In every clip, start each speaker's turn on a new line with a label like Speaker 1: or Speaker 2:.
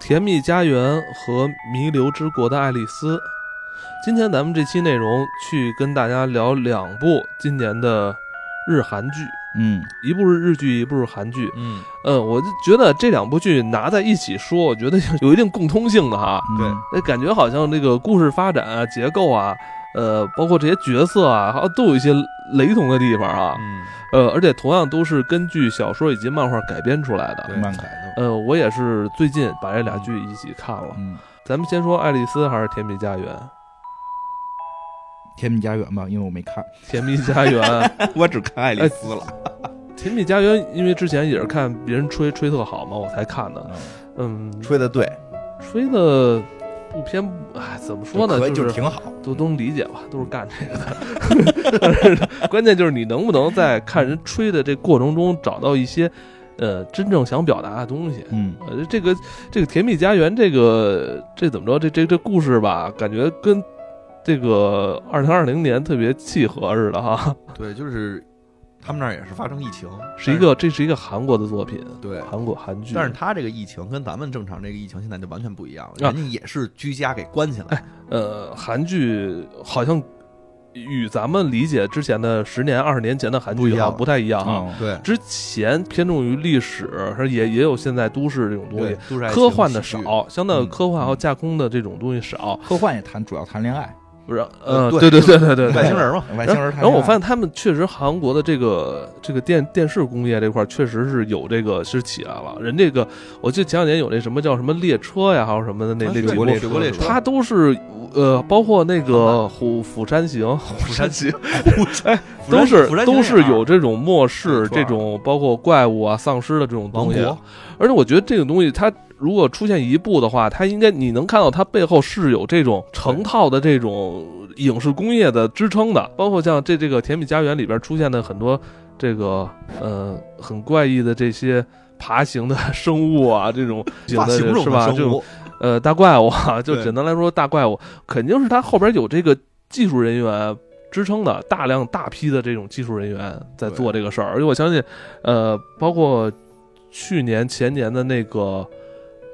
Speaker 1: 《甜蜜家园》和《弥留之国的爱丽丝》。今天咱们这期内容去跟大家聊两部今年的日韩剧，
Speaker 2: 嗯
Speaker 1: 一部是日剧，一部是韩剧。
Speaker 3: 嗯，
Speaker 1: 嗯，我就觉得这两部剧拿在一起说，我觉得有一定共通性的哈。
Speaker 2: 嗯
Speaker 3: 对
Speaker 1: 那感觉好像这个故事发展啊、结构啊，呃，包括这些角色啊，好像都有一些雷同的地方啊。
Speaker 3: 嗯，
Speaker 1: 呃，而且同样都是根据小说以及漫画改编出来的。
Speaker 3: 对
Speaker 2: 漫改的，
Speaker 1: 呃，我也是最近把这俩剧一起看了。
Speaker 2: 嗯，
Speaker 1: 咱们先说《爱丽丝》还是《甜蜜家园》？
Speaker 2: 《甜蜜家园》吧，因为我 没看，
Speaker 1: 《甜蜜家园》 《
Speaker 2: 我只看爱
Speaker 1: 丽
Speaker 2: 丝了。
Speaker 1: 甜蜜家园》，因为之前也是看别人吹吹特好嘛，我才看的。嗯，
Speaker 3: 吹的呃对，
Speaker 1: 吹的不偏，哎，怎么说呢？
Speaker 3: 可以
Speaker 1: 就是
Speaker 3: 就挺好。
Speaker 1: 都都能理解吧，都是干这个的。但是 关键就是你能不能在看人吹的这过程中找到一些，呃，真正想表达的东西。
Speaker 2: 嗯，
Speaker 1: 呃，这个这个《甜蜜家园》这个这怎么着？这这这故事吧，感觉跟这个二零二零年特别契合似的哈。
Speaker 3: 对，就是他们那儿也是发生疫情，
Speaker 1: 是一个这是一个韩国的作品，
Speaker 3: 但是对。
Speaker 1: 韩国韩剧。
Speaker 3: 嗯但是他这个疫情跟咱们正常这个疫情现在就完全不一样了，
Speaker 1: 啊
Speaker 3: 人家也是居家给关起 来，
Speaker 1: 呃，韩剧好像与咱们理解之前的十年二十年前的韩
Speaker 3: 不一
Speaker 1: 剧好
Speaker 3: 样嗯
Speaker 1: 像不太一样啊。
Speaker 2: 哦，
Speaker 3: 对
Speaker 1: 之前偏重于历史，也也有现在都市这种东
Speaker 3: 对
Speaker 1: 西，，
Speaker 3: 都是爱情
Speaker 1: 科幻的
Speaker 3: 喜剧
Speaker 1: 少，相当于
Speaker 2: 嗯
Speaker 1: 科幻和架空的这种东西少。
Speaker 2: 科幻也谈，主要谈恋爱，
Speaker 1: 不是，
Speaker 3: 呃
Speaker 1: 呃，
Speaker 3: 对
Speaker 1: 对对
Speaker 3: 就是
Speaker 1: 对对对
Speaker 3: 外
Speaker 1: 对。
Speaker 3: 星人嘛，
Speaker 2: 外星人谈恋
Speaker 1: 然
Speaker 2: 爱。
Speaker 1: 后我发现他们确实韩国的这个这个电电视工业这块儿确实是有这个是起来了。人这个，我记得前两年有那什么叫什么列车呀，还有什么的那
Speaker 3: 啊
Speaker 1: 那
Speaker 3: 对
Speaker 1: 个节
Speaker 2: 国
Speaker 1: 目
Speaker 2: 列，
Speaker 3: 雪国列车，
Speaker 1: 它都是呃，包括那个《虎釜山行》， 哎
Speaker 3: 釜 山行，
Speaker 1: 都
Speaker 3: 釜山
Speaker 1: 是
Speaker 3: 釜山行
Speaker 1: 都
Speaker 3: 也
Speaker 1: 是
Speaker 3: 二
Speaker 1: 有这种末世
Speaker 3: 没错啊
Speaker 1: 这种包括怪物啊、丧尸的这种
Speaker 3: 王
Speaker 1: 东西。
Speaker 3: 国，
Speaker 1: 而且我觉得这个东西它。如果出现一部的话，它应该你能看到它背后是有这种成套的这种影视工业的支撑的，包括像这这个《甜蜜家园》里边出现的很多这个呃很怪异的这些爬行的生物啊，这种
Speaker 3: 发
Speaker 1: 型
Speaker 3: 型
Speaker 1: 的
Speaker 3: 种
Speaker 1: 是吧？
Speaker 3: 的
Speaker 1: 这
Speaker 3: 生
Speaker 1: 种
Speaker 3: 物，
Speaker 1: 呃大怪物啊， 就
Speaker 3: 对
Speaker 1: 简单来说大怪物，肯定是它后边有这个技术人员支撑的，大量大批的这种技术人员在
Speaker 3: 对
Speaker 1: 做这个事儿，而且我相信，呃，包括去年前年的那个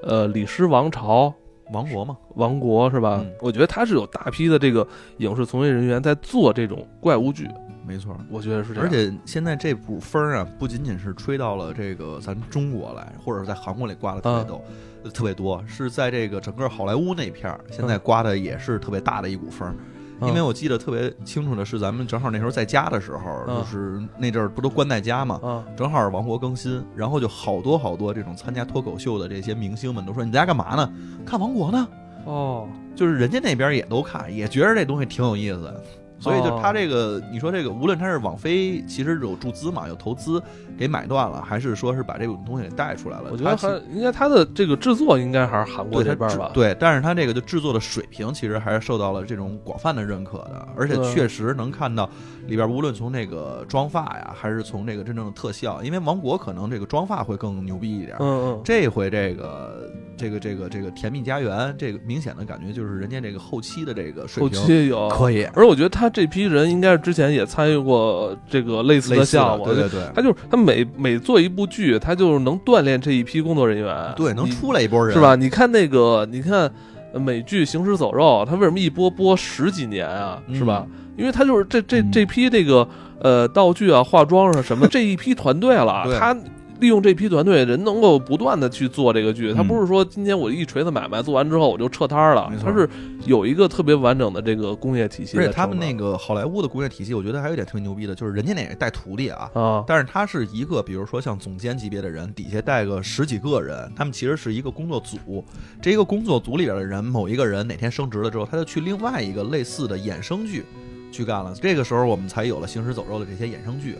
Speaker 1: 呃李尸王朝。
Speaker 3: 王国嘛，
Speaker 1: 王国是吧？
Speaker 3: 嗯
Speaker 1: 我觉得它是有大批的这个影视从业人员在做这种怪物剧，
Speaker 3: 没错。
Speaker 1: 我觉得是这样。
Speaker 3: 而且现在这股风儿啊，不仅仅是吹到了这个咱中国来，或者在韩国里刮的特
Speaker 1: 嗯
Speaker 3: 别多，呃特别多，是在这个整个好莱坞那片儿，现在刮的也是特别大的一股风儿。
Speaker 1: 嗯
Speaker 3: 因为我记得特别清楚的是，咱们正好那时候在家的时候，
Speaker 1: 嗯
Speaker 3: 就是那阵儿不都关在家嘛，
Speaker 1: 啊，
Speaker 3: 正好是王国更新，然后就好多好多这种参加脱口秀的这些明星们都说：“你在家干嘛呢？看王国呢？”
Speaker 1: 哦，
Speaker 3: 就是人家那边也都看，也觉得这东西挺有意思的。所以就他这
Speaker 1: 哦
Speaker 3: 个，你说这个，无论他是网飞，其实有注资嘛，有投资给买断了，还是说是把这种东西给带出来了，
Speaker 1: 我觉得还
Speaker 3: 他其
Speaker 1: 应该它的这个制作应该还是韩国
Speaker 3: 对
Speaker 1: 这
Speaker 3: 他
Speaker 1: 边儿
Speaker 3: 制
Speaker 1: 吧？
Speaker 3: 对，但是他这个就制作的水平，其实还是受到了这种广泛的认可的，而且
Speaker 1: 对
Speaker 3: 确实能看到里边无论从这个妆发呀，还是从这个真正的特效，因为王国可能这个妆发会更牛逼一点，
Speaker 1: 嗯嗯，
Speaker 3: 这回这个这个这个这个《甜蜜家园》，这个明显的感觉就是人家这个后期的这个水
Speaker 1: 后
Speaker 3: 平
Speaker 1: 期有
Speaker 3: 可以
Speaker 1: 而我觉得他这批人应该是之前也参与过这个类似
Speaker 3: 类
Speaker 1: 的
Speaker 3: 似的
Speaker 1: 项目，
Speaker 3: 对对对，
Speaker 1: 他就是他每每做一部剧，他就是能锻炼这一批工作人员，
Speaker 3: 对能
Speaker 1: 你
Speaker 3: 出来一波人
Speaker 1: 是吧？？你看那个，你看呃美剧《行尸走肉》，他为什么一播播十几年啊？
Speaker 3: 嗯
Speaker 1: 是吧？因为他就是这这
Speaker 2: 嗯
Speaker 1: 这批这个呃道具啊、化妆啊什 么这一批团队了
Speaker 3: 对，
Speaker 1: 他。利用这批团队，人能够不断的去做这个剧，他
Speaker 2: 嗯
Speaker 1: 不是说今天我一锤子买卖做完之后我就撤摊儿了
Speaker 2: 没，错
Speaker 1: 他是有一个特别完整的这个工业体系
Speaker 3: 而
Speaker 1: 在撑着。
Speaker 3: 且他们那个好莱坞的工业体系，我觉得还有一点挺牛逼的，就是人家那也带徒弟啊。
Speaker 1: 啊，
Speaker 3: 但是他是一个，比如说像总监级别的人，底下带个十几个人，他们其实是一个工作组。这一个工作组里边的人，某一个人哪天升职了之后，他就去另外一个类似的衍生剧去干了。这个时候我们才有了《行尸走肉》的这些衍生剧。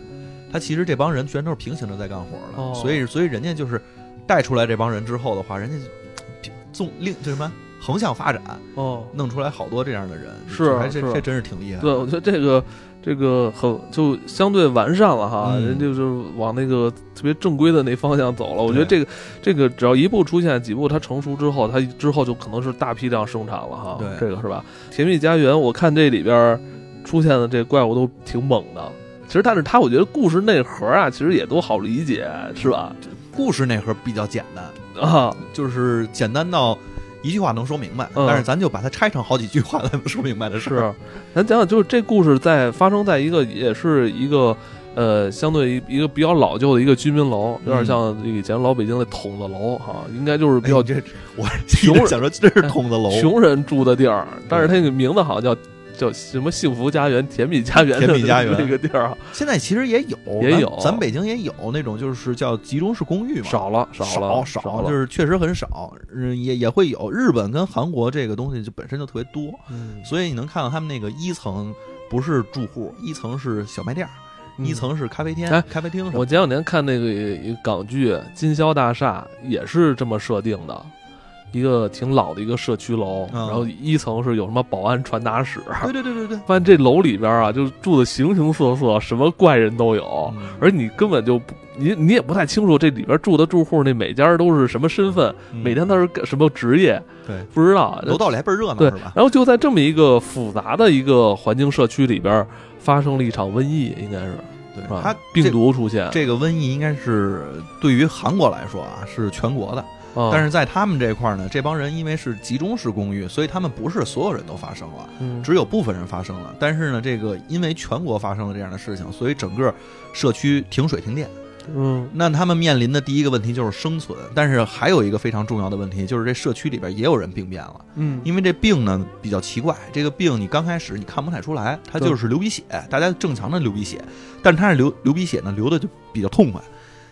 Speaker 3: 他其实这帮人全都是平行着在干活的，
Speaker 1: 哦
Speaker 3: 所以所以人家就是带出来这帮人之后的话，人家就纵另这什么横向发展，
Speaker 1: 哦，
Speaker 3: 弄出来好多这样的人，
Speaker 1: 是啊
Speaker 3: 还这
Speaker 1: 是
Speaker 3: 这真是挺厉害的。
Speaker 1: 对，我觉得这个这个很就相对完善了哈，
Speaker 3: 嗯
Speaker 1: 人就是往那个特别正规的那方向走了。我觉得
Speaker 3: 对
Speaker 1: 这个这个只要一步出现，几步它成熟之后，它之后就可能是大批量生产了哈。
Speaker 3: 对
Speaker 1: 这个是吧？甜蜜家园，我看这里边儿出现的这怪物都挺猛的。其实，但是它我觉得故事内核啊，其实也都好理解，是吧？
Speaker 3: 故事那盒比较简单，
Speaker 1: 啊，
Speaker 3: 就是简单到一句话能说明白，
Speaker 1: 嗯
Speaker 3: 但是咱就把它拆成好几句话来说明白的事儿。
Speaker 1: 是，啊咱讲讲，就是这故事在发生在一个也是一个呃，相对一一个比较老旧的一个居民楼，有点
Speaker 3: 嗯
Speaker 1: 像以前老北京的筒子楼哈、应该就是比
Speaker 3: 哎
Speaker 1: 较
Speaker 3: 你这我
Speaker 1: 穷人哎
Speaker 3: 想说这是筒子楼，
Speaker 1: 穷人住的地儿，但是它那个名字好像叫。叫什么幸福家园、甜蜜家园、
Speaker 3: 甜蜜家园
Speaker 1: 那个地儿啊
Speaker 3: 现在其实也有，
Speaker 1: 也
Speaker 3: 咱
Speaker 1: 有
Speaker 3: 咱北京也有那种就是叫集中式公寓嘛，
Speaker 1: 少了，了，
Speaker 3: 少
Speaker 1: 少了，
Speaker 3: 就是确实很少，嗯，也也会有。日本跟韩国这个东西就本身就特别多，
Speaker 1: 嗯
Speaker 3: 所以你能看到他们那个一层不是住户，一层是小卖店儿，一。层是咖啡厅、
Speaker 1: 嗯哎
Speaker 3: 咖啡厅什么
Speaker 1: 我
Speaker 3: 的。
Speaker 1: 前两年看那个一港剧《金宵大厦》，也是这么设定的，一个挺老的一个社区楼，
Speaker 3: 嗯
Speaker 1: 然后一层是有什么保安传达室，
Speaker 3: 对对对对对，
Speaker 1: 发现这楼里边啊，就是住的形形色色，什么怪人都有，
Speaker 3: 嗯
Speaker 1: 哦而你根本就不你你也不太清楚这里边住的住户那每家都是什么身份，
Speaker 3: 嗯
Speaker 1: 每天他是干什么职业，
Speaker 3: 对
Speaker 1: 不知道。
Speaker 3: 楼道里还倍儿热闹
Speaker 1: 对
Speaker 3: 是吧，？
Speaker 1: 然后就在这么一个复杂的一个环境社区里边，发生了一场瘟疫，应该是
Speaker 3: 对
Speaker 1: 是，
Speaker 3: 它
Speaker 1: 吧？
Speaker 3: 这
Speaker 1: 病毒出现，
Speaker 3: 这个瘟疫应该是对于韩国来说啊是全国的，
Speaker 1: 嗯
Speaker 3: 但是在他们这块儿呢，这帮人因为是集中式公寓，所以他们不是所有人都发生了。
Speaker 1: 嗯
Speaker 3: 只有部分人发生了，但是呢，这个因为全国发生了这样的事情，所以整个社区停水停电。
Speaker 1: 嗯
Speaker 3: 那他们面临的第一个问题就是生存，但是还有一个非常重要的问题就是这社区里边也有人病变了，
Speaker 1: 嗯
Speaker 3: 因为这病呢比较奇怪，这个病你刚开始你看不太出来，它
Speaker 1: 对
Speaker 3: 就是流鼻血，大家正常的流鼻血，但是它是流流鼻血呢流的就比较痛快。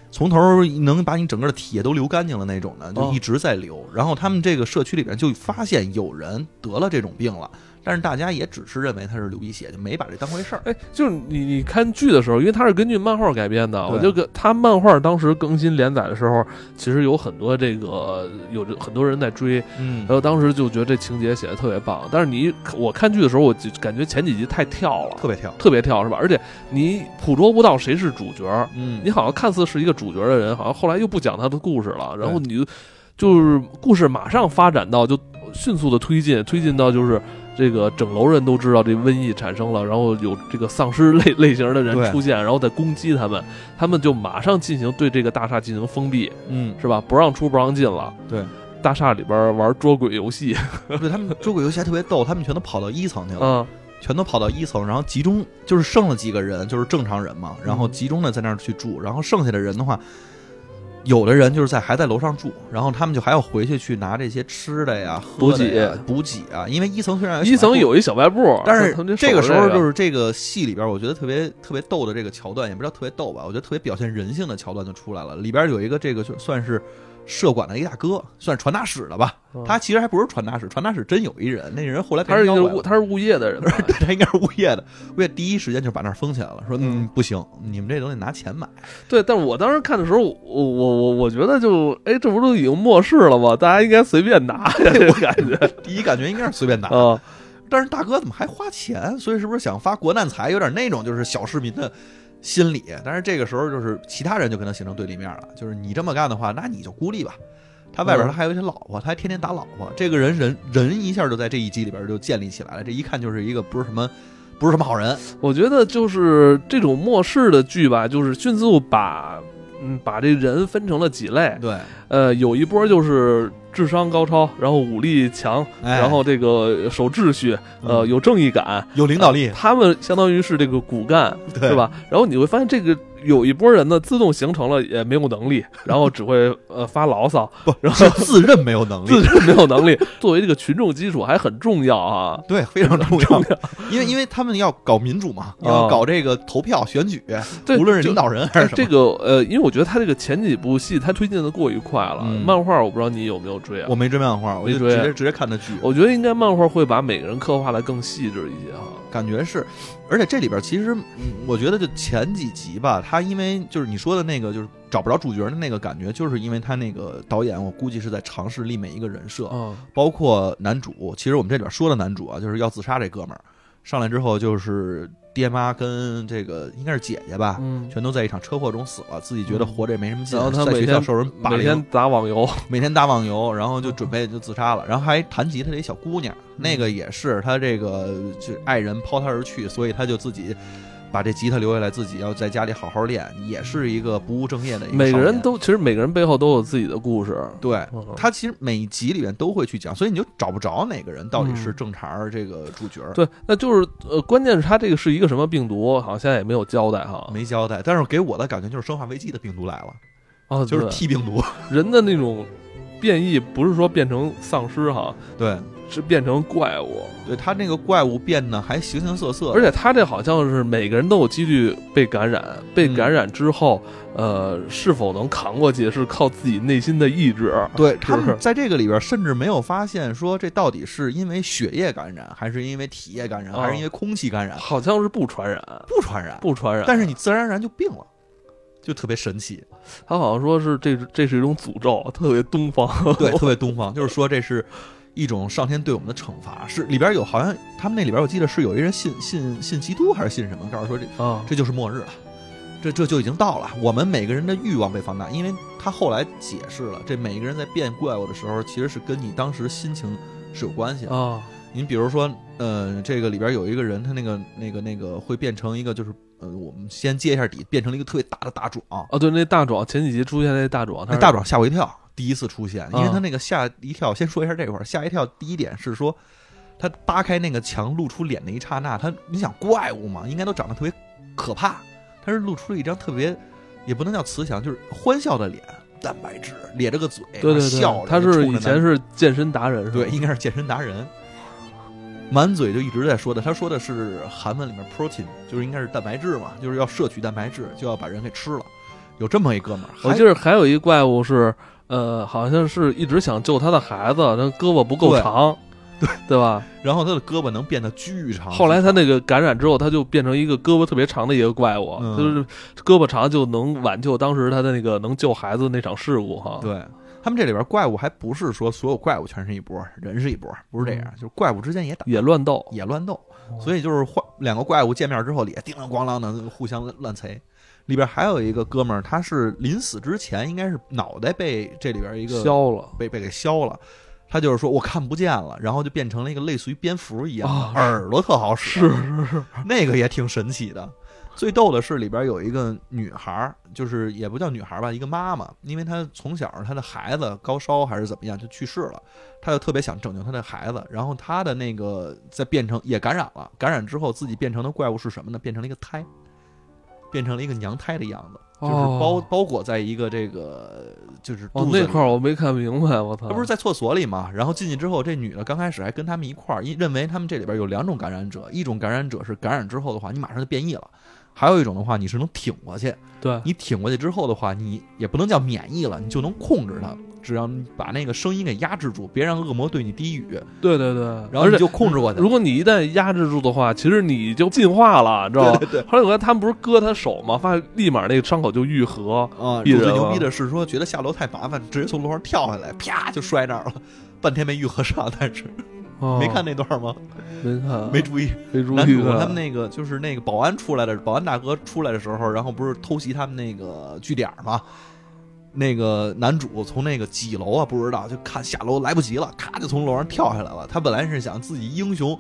Speaker 3: 从头儿能把你整个的体液都流干净了那种呢，就
Speaker 1: 哦
Speaker 3: 一直在流。然后他们这个社区里边就发现有人得了这种病了，但是大家也只是认为他是流鼻血，就没把这当回事儿。
Speaker 1: 哎，就是你你看剧的时候，因为它是根据漫画改编的，
Speaker 3: 对
Speaker 1: 我就跟它漫画当时更新连载的时候，其实有很多这个有着很多人在追，
Speaker 3: 嗯
Speaker 1: 然后当时就觉得这情节写的特别棒。但是你一我看剧的时候，我就感觉前几集太跳了，
Speaker 3: 特别跳。
Speaker 1: 特别跳是吧？而且你捕捉不到谁是主角，
Speaker 3: 嗯
Speaker 1: 你好像看似是一个主角的人，好像后来又不讲他的故事了，然后你就就是故事马上发展到就迅速的推进，推进到就是这个整楼人都知道这瘟疫产生了，然后有这个丧尸类类型的
Speaker 3: 对
Speaker 1: 人出现，然后再攻击他们，他们就马上进行对这个大厦进行封闭，
Speaker 3: 嗯，
Speaker 1: 是吧？不让出，不让进了。
Speaker 3: 对，
Speaker 1: 大厦里边玩捉鬼游戏，
Speaker 3: 对，他们捉鬼游戏还特别逗，他们全都跑到一层去了，
Speaker 1: 嗯
Speaker 3: 全都跑到一层，然后集中就是剩了几个人，就是正常人嘛，然
Speaker 1: 嗯
Speaker 3: 后集中的在那儿去住，然后剩下的人的话，有的人就是在还在楼上住，然后他们就还要回去去拿这些吃的呀、
Speaker 1: 补
Speaker 3: 喝的呀
Speaker 1: 给、
Speaker 3: 补给啊，因为一层虽然有
Speaker 1: 一层
Speaker 3: 小卖部。
Speaker 1: 有一小卖部，
Speaker 3: 但
Speaker 1: 他们就守
Speaker 3: 是这个时候
Speaker 1: 着这
Speaker 3: 就是这个戏里边，我觉得特别特别逗的这个桥段，也不知道特别逗吧，我觉得特别表现人性的桥段就出来了。里边有一个这个就算是社管的一大哥，算是传达室的吧，
Speaker 1: 嗯
Speaker 3: 他其实还不是传达室，传达室真有一人，那人后来
Speaker 1: 他
Speaker 3: 变
Speaker 1: 是
Speaker 3: 成
Speaker 1: 一
Speaker 3: 妖
Speaker 1: 个
Speaker 3: 怪
Speaker 1: 物，
Speaker 3: 了，
Speaker 1: 他是物业 的人吧，
Speaker 3: 他应该是物业的，物业第一时间就把那儿封起来了，说
Speaker 1: 嗯
Speaker 3: 嗯不行，你们这东西拿钱买，
Speaker 1: 对，但是我当时看的时候，我我我我觉得就，哎，这不都已经末世了吗？大家应该随便拿呀， 这个感觉
Speaker 3: 第一感觉应该是随便拿，
Speaker 1: 啊，
Speaker 3: 但是大哥怎么还花钱？所以是不是想发国难财？有点那种就是小市民的心理。但是这个时候就是其他人就跟他形成对立面了，就是你这么干的话，那你就孤立吧。他外边
Speaker 1: 嗯
Speaker 3: 他还有一些老婆，他还天天打老婆。这个人人人一下就在这一集里边就建立起来了，这一看就是一个不是什么不是什么好人。
Speaker 1: 我觉得就是这种末世的剧吧，就是迅速把嗯把这人分成了几类，
Speaker 3: 对，
Speaker 1: 呃，有一波就是智商高超，然后武力强，
Speaker 3: 哎
Speaker 1: 然后这个守秩序，呃，
Speaker 3: 嗯
Speaker 1: 有正义感，
Speaker 3: 有领导力，
Speaker 1: 他们相当于是这个骨干，
Speaker 3: 对
Speaker 1: 呃是？吧？然后你会发现这个。有一波人呢，自动形成了也没有能力，然后只会呃发牢骚，
Speaker 3: 不，是自认没有能力
Speaker 1: 自，认没有能 力，作为这个群众基础还很重要啊。
Speaker 3: 对，非常重
Speaker 1: 重
Speaker 3: 要。
Speaker 1: 要，
Speaker 3: 因为因为他们要搞民主嘛，
Speaker 1: 嗯啊
Speaker 3: 要搞这个投票选举，
Speaker 1: 对，
Speaker 3: 无论是
Speaker 1: 就
Speaker 3: 领导人还
Speaker 1: 哎
Speaker 3: 是什
Speaker 1: 这
Speaker 3: 么，
Speaker 1: 个呃，因为我觉得他这个前几部戏他推进的过于快了，
Speaker 3: 嗯
Speaker 1: 漫画我不知道你有没有追啊
Speaker 3: 我？没追漫画，我就
Speaker 1: 没追
Speaker 3: 直接直接看的剧。
Speaker 1: 我觉得应该漫画会把每个人刻画的更细致一些啊哈。
Speaker 3: 感觉是，而且这里边其实，嗯我觉得就前几集吧，他因为就是你说的那个，就是找不着主角的那个感觉，就是因为他那个导演，我估计是在尝试立每一个人设，
Speaker 1: 啊，
Speaker 3: 包括男主。其实我们这里边说的男主啊，就是要自杀这哥们儿，上来之后就是爹妈跟这个应该是姐姐吧，
Speaker 1: 嗯，
Speaker 3: 全都在一场车祸中死了，自己觉得活着也没什么劲，
Speaker 1: 然后他
Speaker 3: 在
Speaker 1: 每
Speaker 3: 学校
Speaker 1: 天
Speaker 3: 受人霸
Speaker 1: 嗯每
Speaker 3: 凌，
Speaker 1: 天打网游，
Speaker 3: 每天打网游，然后就准备就自杀
Speaker 1: 哦
Speaker 3: 了，然后还弹吉他的一小姑娘，那个也是他这个就爱人抛他而去，所以他就自己把这吉他留下来，自己要在家里好好练，也是一个不务正业的一个
Speaker 1: 每个
Speaker 3: 少
Speaker 1: 人
Speaker 3: 年
Speaker 1: 都其实每个人背后都有自己的故事。
Speaker 3: 对。
Speaker 1: 嗯
Speaker 3: 他其实每一集里面都会去讲，所以你就找不着哪个人到底是
Speaker 1: 嗯
Speaker 3: 正常儿这个主角儿，
Speaker 1: 对，那就是呃，关键是他这个是一个什么病毒，好像现在也没有交代哈。
Speaker 3: 没交代。但是给我的感觉就是《生化危机》的病毒来了，
Speaker 1: 哦，
Speaker 3: 就是
Speaker 1: 对
Speaker 3: T 病毒。
Speaker 1: 人的那种变异，不是说变成丧尸哈，
Speaker 3: 对，
Speaker 1: 是变成怪物。
Speaker 3: 对他那个怪物变得还形形色色，
Speaker 1: 而且他这好像是每个人都有几率被感染，被
Speaker 3: 嗯
Speaker 1: 感染之后，呃，是否能扛过去是靠自己内心的意志。
Speaker 3: 对他
Speaker 1: 是
Speaker 3: 们在这个里边甚至没有发现说这到底是因为血液感染，还是因为体液感染，
Speaker 1: 哦
Speaker 3: 还是因为空气感染，
Speaker 1: 好像是不传染，
Speaker 3: 不传染。
Speaker 1: 不传染。
Speaker 3: 但是你自然而然就病了，就特别神奇。
Speaker 1: 他好像说是这这是一种诅咒，特别东方。
Speaker 3: 对，特别东方，就是说这是一种上天对我们的惩罚。是里边有好像他们那里边我记得是有一人信信信基督还是信什么，告诉说这
Speaker 1: 啊，
Speaker 3: 这就是末日了。这这就已经到了，我们每个人的欲望被放大，因为他后来解释了，这每一个人在变怪物的时候，其实是跟你当时心情是有关系的。
Speaker 1: 啊，
Speaker 3: 您比如说，呃，这个里边有一个人，他那个那个那个会变成一个，就是呃，我们先揭一下底，变成了一个特别大的大壮，
Speaker 1: 哦，对，那大壮前几集出现那大壮，他
Speaker 3: 那
Speaker 1: 是
Speaker 3: 大壮吓我一跳，第一次出现，因为
Speaker 1: 啊
Speaker 3: 他那个吓一跳，先说一下这块儿，吓一跳，第一点是说，他扒开那个墙露出脸的一刹那，他你想怪物嘛，应该都长得特别可怕，他是露出了一张特别，也不能叫慈祥，就是欢笑的脸，蛋白质，咧着个嘴，
Speaker 1: 对对对，
Speaker 3: 笑着，
Speaker 1: 他是
Speaker 3: 冲着
Speaker 1: 以
Speaker 3: 男
Speaker 1: 前是健身达人，是吧
Speaker 3: 对，应该是健身达人，满嘴就一直在说的。他说的是韩文里面 protein，就是应该是蛋白质嘛，就是要摄取蛋白质，就要把人给吃了。有这么一哥们儿，
Speaker 1: 我
Speaker 3: 还
Speaker 1: 记得还有一怪物是，呃，好像是一直想救他的孩子，那胳膊不够
Speaker 3: 对
Speaker 1: 长，对吧？
Speaker 3: 然后他的胳膊能变得巨长。
Speaker 1: 后来他那个感染之后，他就变成一个胳膊特别长的一个怪物，
Speaker 3: 嗯
Speaker 1: 就是胳膊长就能挽救当时他的那个能救孩子那场事故哈。
Speaker 3: 对他们这里边怪物还不是说所有怪物全是一波，人是一波，不是这样，
Speaker 1: 嗯
Speaker 3: 就是怪物之间也打
Speaker 1: 也乱斗，
Speaker 3: 也乱斗，
Speaker 1: 哦
Speaker 3: 所以就是换两个怪物见面之后也叮当咣啷的互相乱锤。里边还有一个哥们儿，他是临死之前应该是脑袋被这里边一个
Speaker 1: 消了
Speaker 3: 被被给削了。他就是说我看不见了，然后就变成了一个类似于蝙蝠一样的，
Speaker 1: 啊
Speaker 3: 耳朵特好使，
Speaker 1: 是
Speaker 3: 那个也挺神奇的。最逗的是里边有一个女孩儿，就是也不叫女孩儿吧，一个妈妈，因为她从小她的孩子高烧还是怎么样就去世了，她就特别想拯救她的孩子，然后她的那个再变成也感染了，感染之后自己变成的怪物是什么呢？变成了一个胎，变成了一个娘胎的样子，就是包、
Speaker 1: 哦
Speaker 3: 包裹在一个这个就是肚
Speaker 1: 哦
Speaker 3: 子里
Speaker 1: 那块儿我没看明白，我操，
Speaker 3: 他不是在厕所里嘛，然后进去之后，这女的刚开始还跟他们一块儿，因认为他们这里边有两种感染者，一种感染者是感染之后的话，你马上就变异了；还有一种的话，你是能挺过去。
Speaker 1: 对
Speaker 3: 你挺过去之后的话，你也不能叫免疫了，你就能控制它，只要你把那个声音给压制住，别让恶魔对你低语，
Speaker 1: 对对对，
Speaker 3: 然后
Speaker 1: 而
Speaker 3: 你
Speaker 1: 且
Speaker 3: 就控制过去。
Speaker 1: 如果你一旦压制住的话，其实你就进化了，知道吧？
Speaker 3: 对对对
Speaker 1: 后来我看他们不是割他手吗？发现立马那个伤口就愈合。
Speaker 3: 啊，
Speaker 1: 逼
Speaker 3: 最
Speaker 1: 人了
Speaker 3: 牛逼的是说，觉得下楼太麻烦，直接从楼上跳下来，啪就摔那儿了，半天没愈合上，但是
Speaker 1: 哦、
Speaker 3: 没看那段吗？
Speaker 1: 没看，
Speaker 3: 没注意。
Speaker 1: 没注
Speaker 3: 男
Speaker 1: 意
Speaker 3: 主
Speaker 1: 看
Speaker 3: 他们那个就是那个保安出来的，保安大哥出来的时候，然后不是偷袭他们那个据点嘛？那个男主从那个几楼啊不知道，就看下楼来不及了，咔就从楼上跳下来了。他本来是想自己英雄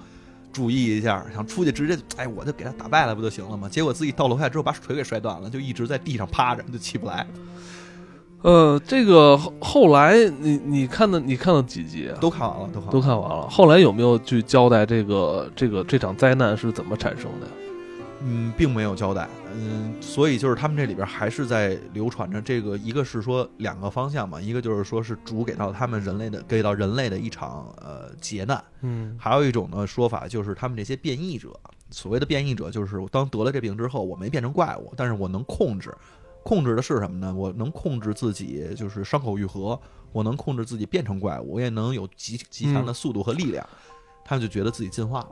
Speaker 3: 主义一下，想出去直接哎我就给他打败了不就行了吗？结果自己到楼下之后把腿给摔断了，就一直在地上趴着，就起不来。
Speaker 1: 呃，这个后后来你你看的你看到几集啊？
Speaker 3: 都看完了，
Speaker 1: 都
Speaker 3: 都看完了。
Speaker 1: 看完了。后来有没有去交代这个这个这场灾难是怎么产生的呀？
Speaker 3: 嗯，并没有交代，嗯，所以就是他们这里边还是在流传着这个，一个是说两个方向嘛，一个就是说是主给到他们人类的给到人类的一场呃劫难，
Speaker 1: 嗯，
Speaker 3: 还有一种呢说法就是他们这些变异者，所谓的变异者就是我当得了这病之后，我没变成怪物，但是我能控制，控制的是什么呢？我能控制自己就是伤口愈合，我能控制自己变成怪物，我也能有极极强的速度和力量，他们就觉得自己进化了，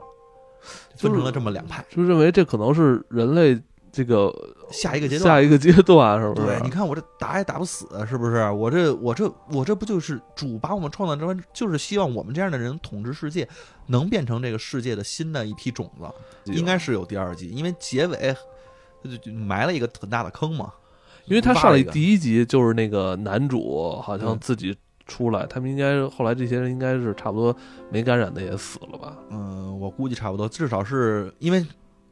Speaker 3: 分成了这么两派。
Speaker 1: 就认为这可能是人类这个
Speaker 3: 下一个阶段，
Speaker 1: 下一个阶段，是不啊是？
Speaker 3: 对，你看我这打也打不死，啊是不是？我这我这我这不就是主把我们创造出来，就是希望我们这样的人统治世界，能变成这个世界的新的一批种子。应该是有第二季，因为结尾他就就埋了一个很大的坑嘛。
Speaker 1: 因为他上来
Speaker 3: 一个
Speaker 1: 第一集就是那个男主好像
Speaker 3: 嗯
Speaker 1: 自己出来，他们应该后来这些人应该是差不多没感染的也死了吧？
Speaker 3: 呃嗯，我估计差不多，至少是因为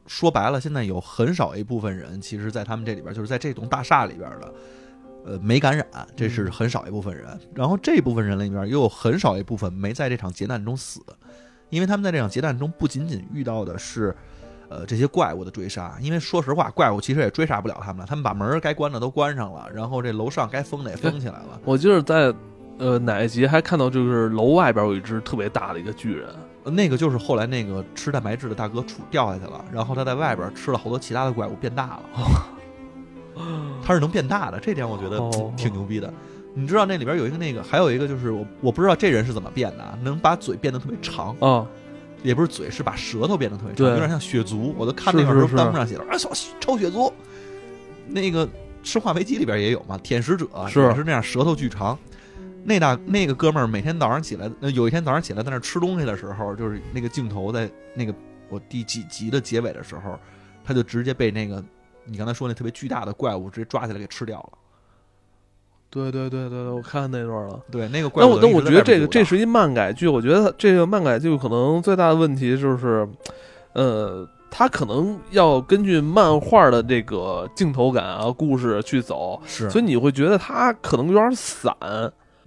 Speaker 3: 说白了，现在有很少一部分人，其实，在他们这里边，就是在这栋大厦里边的，呃，没感染，这是很少一部分人。然后这部分人里边，又有很少一部分没在这场劫难中死，因为他们在这场劫难中不仅仅遇到的是。呃，这些怪物的追杀，因为说实话，怪物其实也追杀不了他们了。他们把门儿该关的都关上了，然后这楼上该封的也封起来了。
Speaker 1: 我记得在呃哪一集还看到，就是楼外边有一只特别大的一个巨人，
Speaker 3: 呃那个就是后来那个吃蛋白质的大哥出掉下去了，然后他在外边吃了好多其他的怪物，变大了。 他是能变大的，这点我觉得
Speaker 1: 哦
Speaker 3: 挺牛逼的。你知道那里边有一个那个，还有一个就是我我不知道这人是怎么变的，啊，能把嘴变得特别长，
Speaker 1: 啊，
Speaker 3: 也不是嘴，是把舌头变得特别长，
Speaker 1: 对
Speaker 3: 有点像血族。我都看
Speaker 1: 是
Speaker 3: 那本
Speaker 1: 是
Speaker 3: 书
Speaker 1: 是
Speaker 3: 弹幕上写的啊，小超血族，那个《生化危机》里边也有嘛，舔食者啊
Speaker 1: 是
Speaker 3: 也是那样，舌头巨长。那大那个哥们儿每天早上起来，呃有一天早上起来在那儿吃东西的时候，就是那个镜头在那个我第几集的结尾的时候，他就直接被那个你刚才说那特别巨大的怪物直接抓起来给吃掉了。
Speaker 1: 对对对对，对我看那段了。
Speaker 3: 对，那个怪
Speaker 1: 但
Speaker 3: 物
Speaker 1: 我但
Speaker 3: 等于
Speaker 1: 我
Speaker 3: 一直
Speaker 1: 觉得
Speaker 3: 在外边
Speaker 1: 这个
Speaker 3: 鼓
Speaker 1: 这
Speaker 3: 捣
Speaker 1: 是一漫改剧，我觉得这个漫改剧可能最大的问题就是，呃，它可能要根据漫画的这个镜头感啊、故事去走，
Speaker 3: 是
Speaker 1: 所以你会觉得它可能有点散。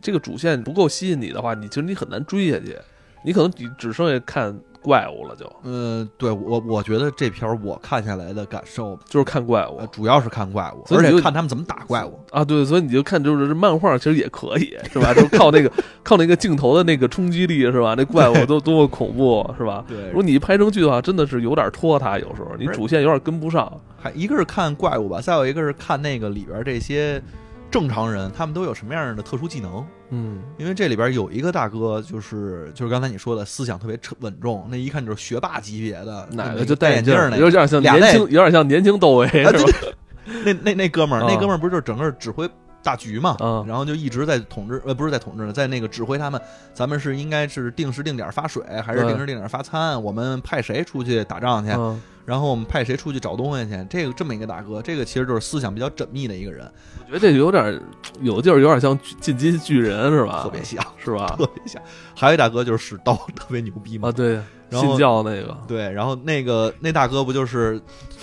Speaker 1: 这个主线不够吸引你的话，你其实你很难追下去，你可能只只剩下看怪物了就，
Speaker 3: 呃，对我我觉得这片儿我看下来的感受
Speaker 1: 就是看怪物
Speaker 3: 呃，主要是看怪物，
Speaker 1: 所以
Speaker 3: 而
Speaker 1: 你就
Speaker 3: 且看他们怎么打怪物。
Speaker 1: 啊，对，所以你就看，就是漫画其实也可以，是吧？就靠那个靠那个镜头的那个冲击力，是吧？那怪物 都多么恐怖，是吧？
Speaker 3: 对
Speaker 1: 如果你拍成剧的话，真的是有点拖沓，有时候你
Speaker 3: 不是
Speaker 1: 主线有点跟不上。
Speaker 3: 还一个是看怪物吧，再有一个是看那个里边这些正常人，他们都有什么样的特殊技能。
Speaker 1: 嗯，
Speaker 3: 因为这里边有一个大哥，就是就是刚才你说的思想特别彻稳重，那一看就是学霸级别的，
Speaker 1: 哪
Speaker 3: 那
Speaker 1: 个就戴
Speaker 3: 戴
Speaker 1: 眼
Speaker 3: 镜
Speaker 1: 镜
Speaker 3: 儿
Speaker 1: 儿
Speaker 3: 那
Speaker 1: 有点像
Speaker 3: 俩
Speaker 1: 年
Speaker 3: 戴
Speaker 1: 轻，有点像年轻窦唯，是
Speaker 3: 啊对
Speaker 1: 吧？
Speaker 3: 那那那哥们儿，那
Speaker 1: 啊
Speaker 3: 哥们儿不是就是整个指挥大局嘛，
Speaker 1: 啊
Speaker 3: 然后就一直在统治，呃，不是在统治呢，在那个指挥他们，咱们是应该是定时定点发水，还是
Speaker 1: 对
Speaker 3: 定时定点发餐？我们派谁出去打仗去？
Speaker 1: 嗯，
Speaker 3: 然后我们派谁出去找东西去？这个这么一个大哥，这个其实就是思想比较缜密的一个人，
Speaker 1: 我 觉得这有点有的地儿有点像巨进击巨人，是吧？
Speaker 3: 特别像，
Speaker 1: 是吧？
Speaker 3: 特别像。还有一大哥就是使刀，特别牛逼嘛。
Speaker 1: 啊，对，
Speaker 3: 然后
Speaker 1: 信教那个，
Speaker 3: 对，然后那个那大哥不就是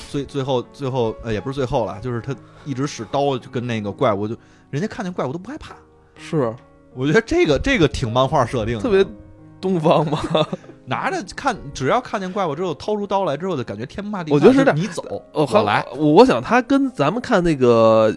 Speaker 3: 最最后最后呃也不是最后了，就是他一直使刀就跟那个怪物就，人家看见怪物都不害怕。
Speaker 1: 是
Speaker 3: 我觉得这个这个挺漫画设定的，
Speaker 1: 特别东方嘛？
Speaker 3: 拿着看，只要看见怪物之后掏出刀来之后，就感觉天不怕地不怕，
Speaker 1: 我觉得是这
Speaker 3: 就
Speaker 1: 样
Speaker 3: 你走
Speaker 1: 哦，还
Speaker 3: 我来，
Speaker 1: 我我想他跟咱们看那个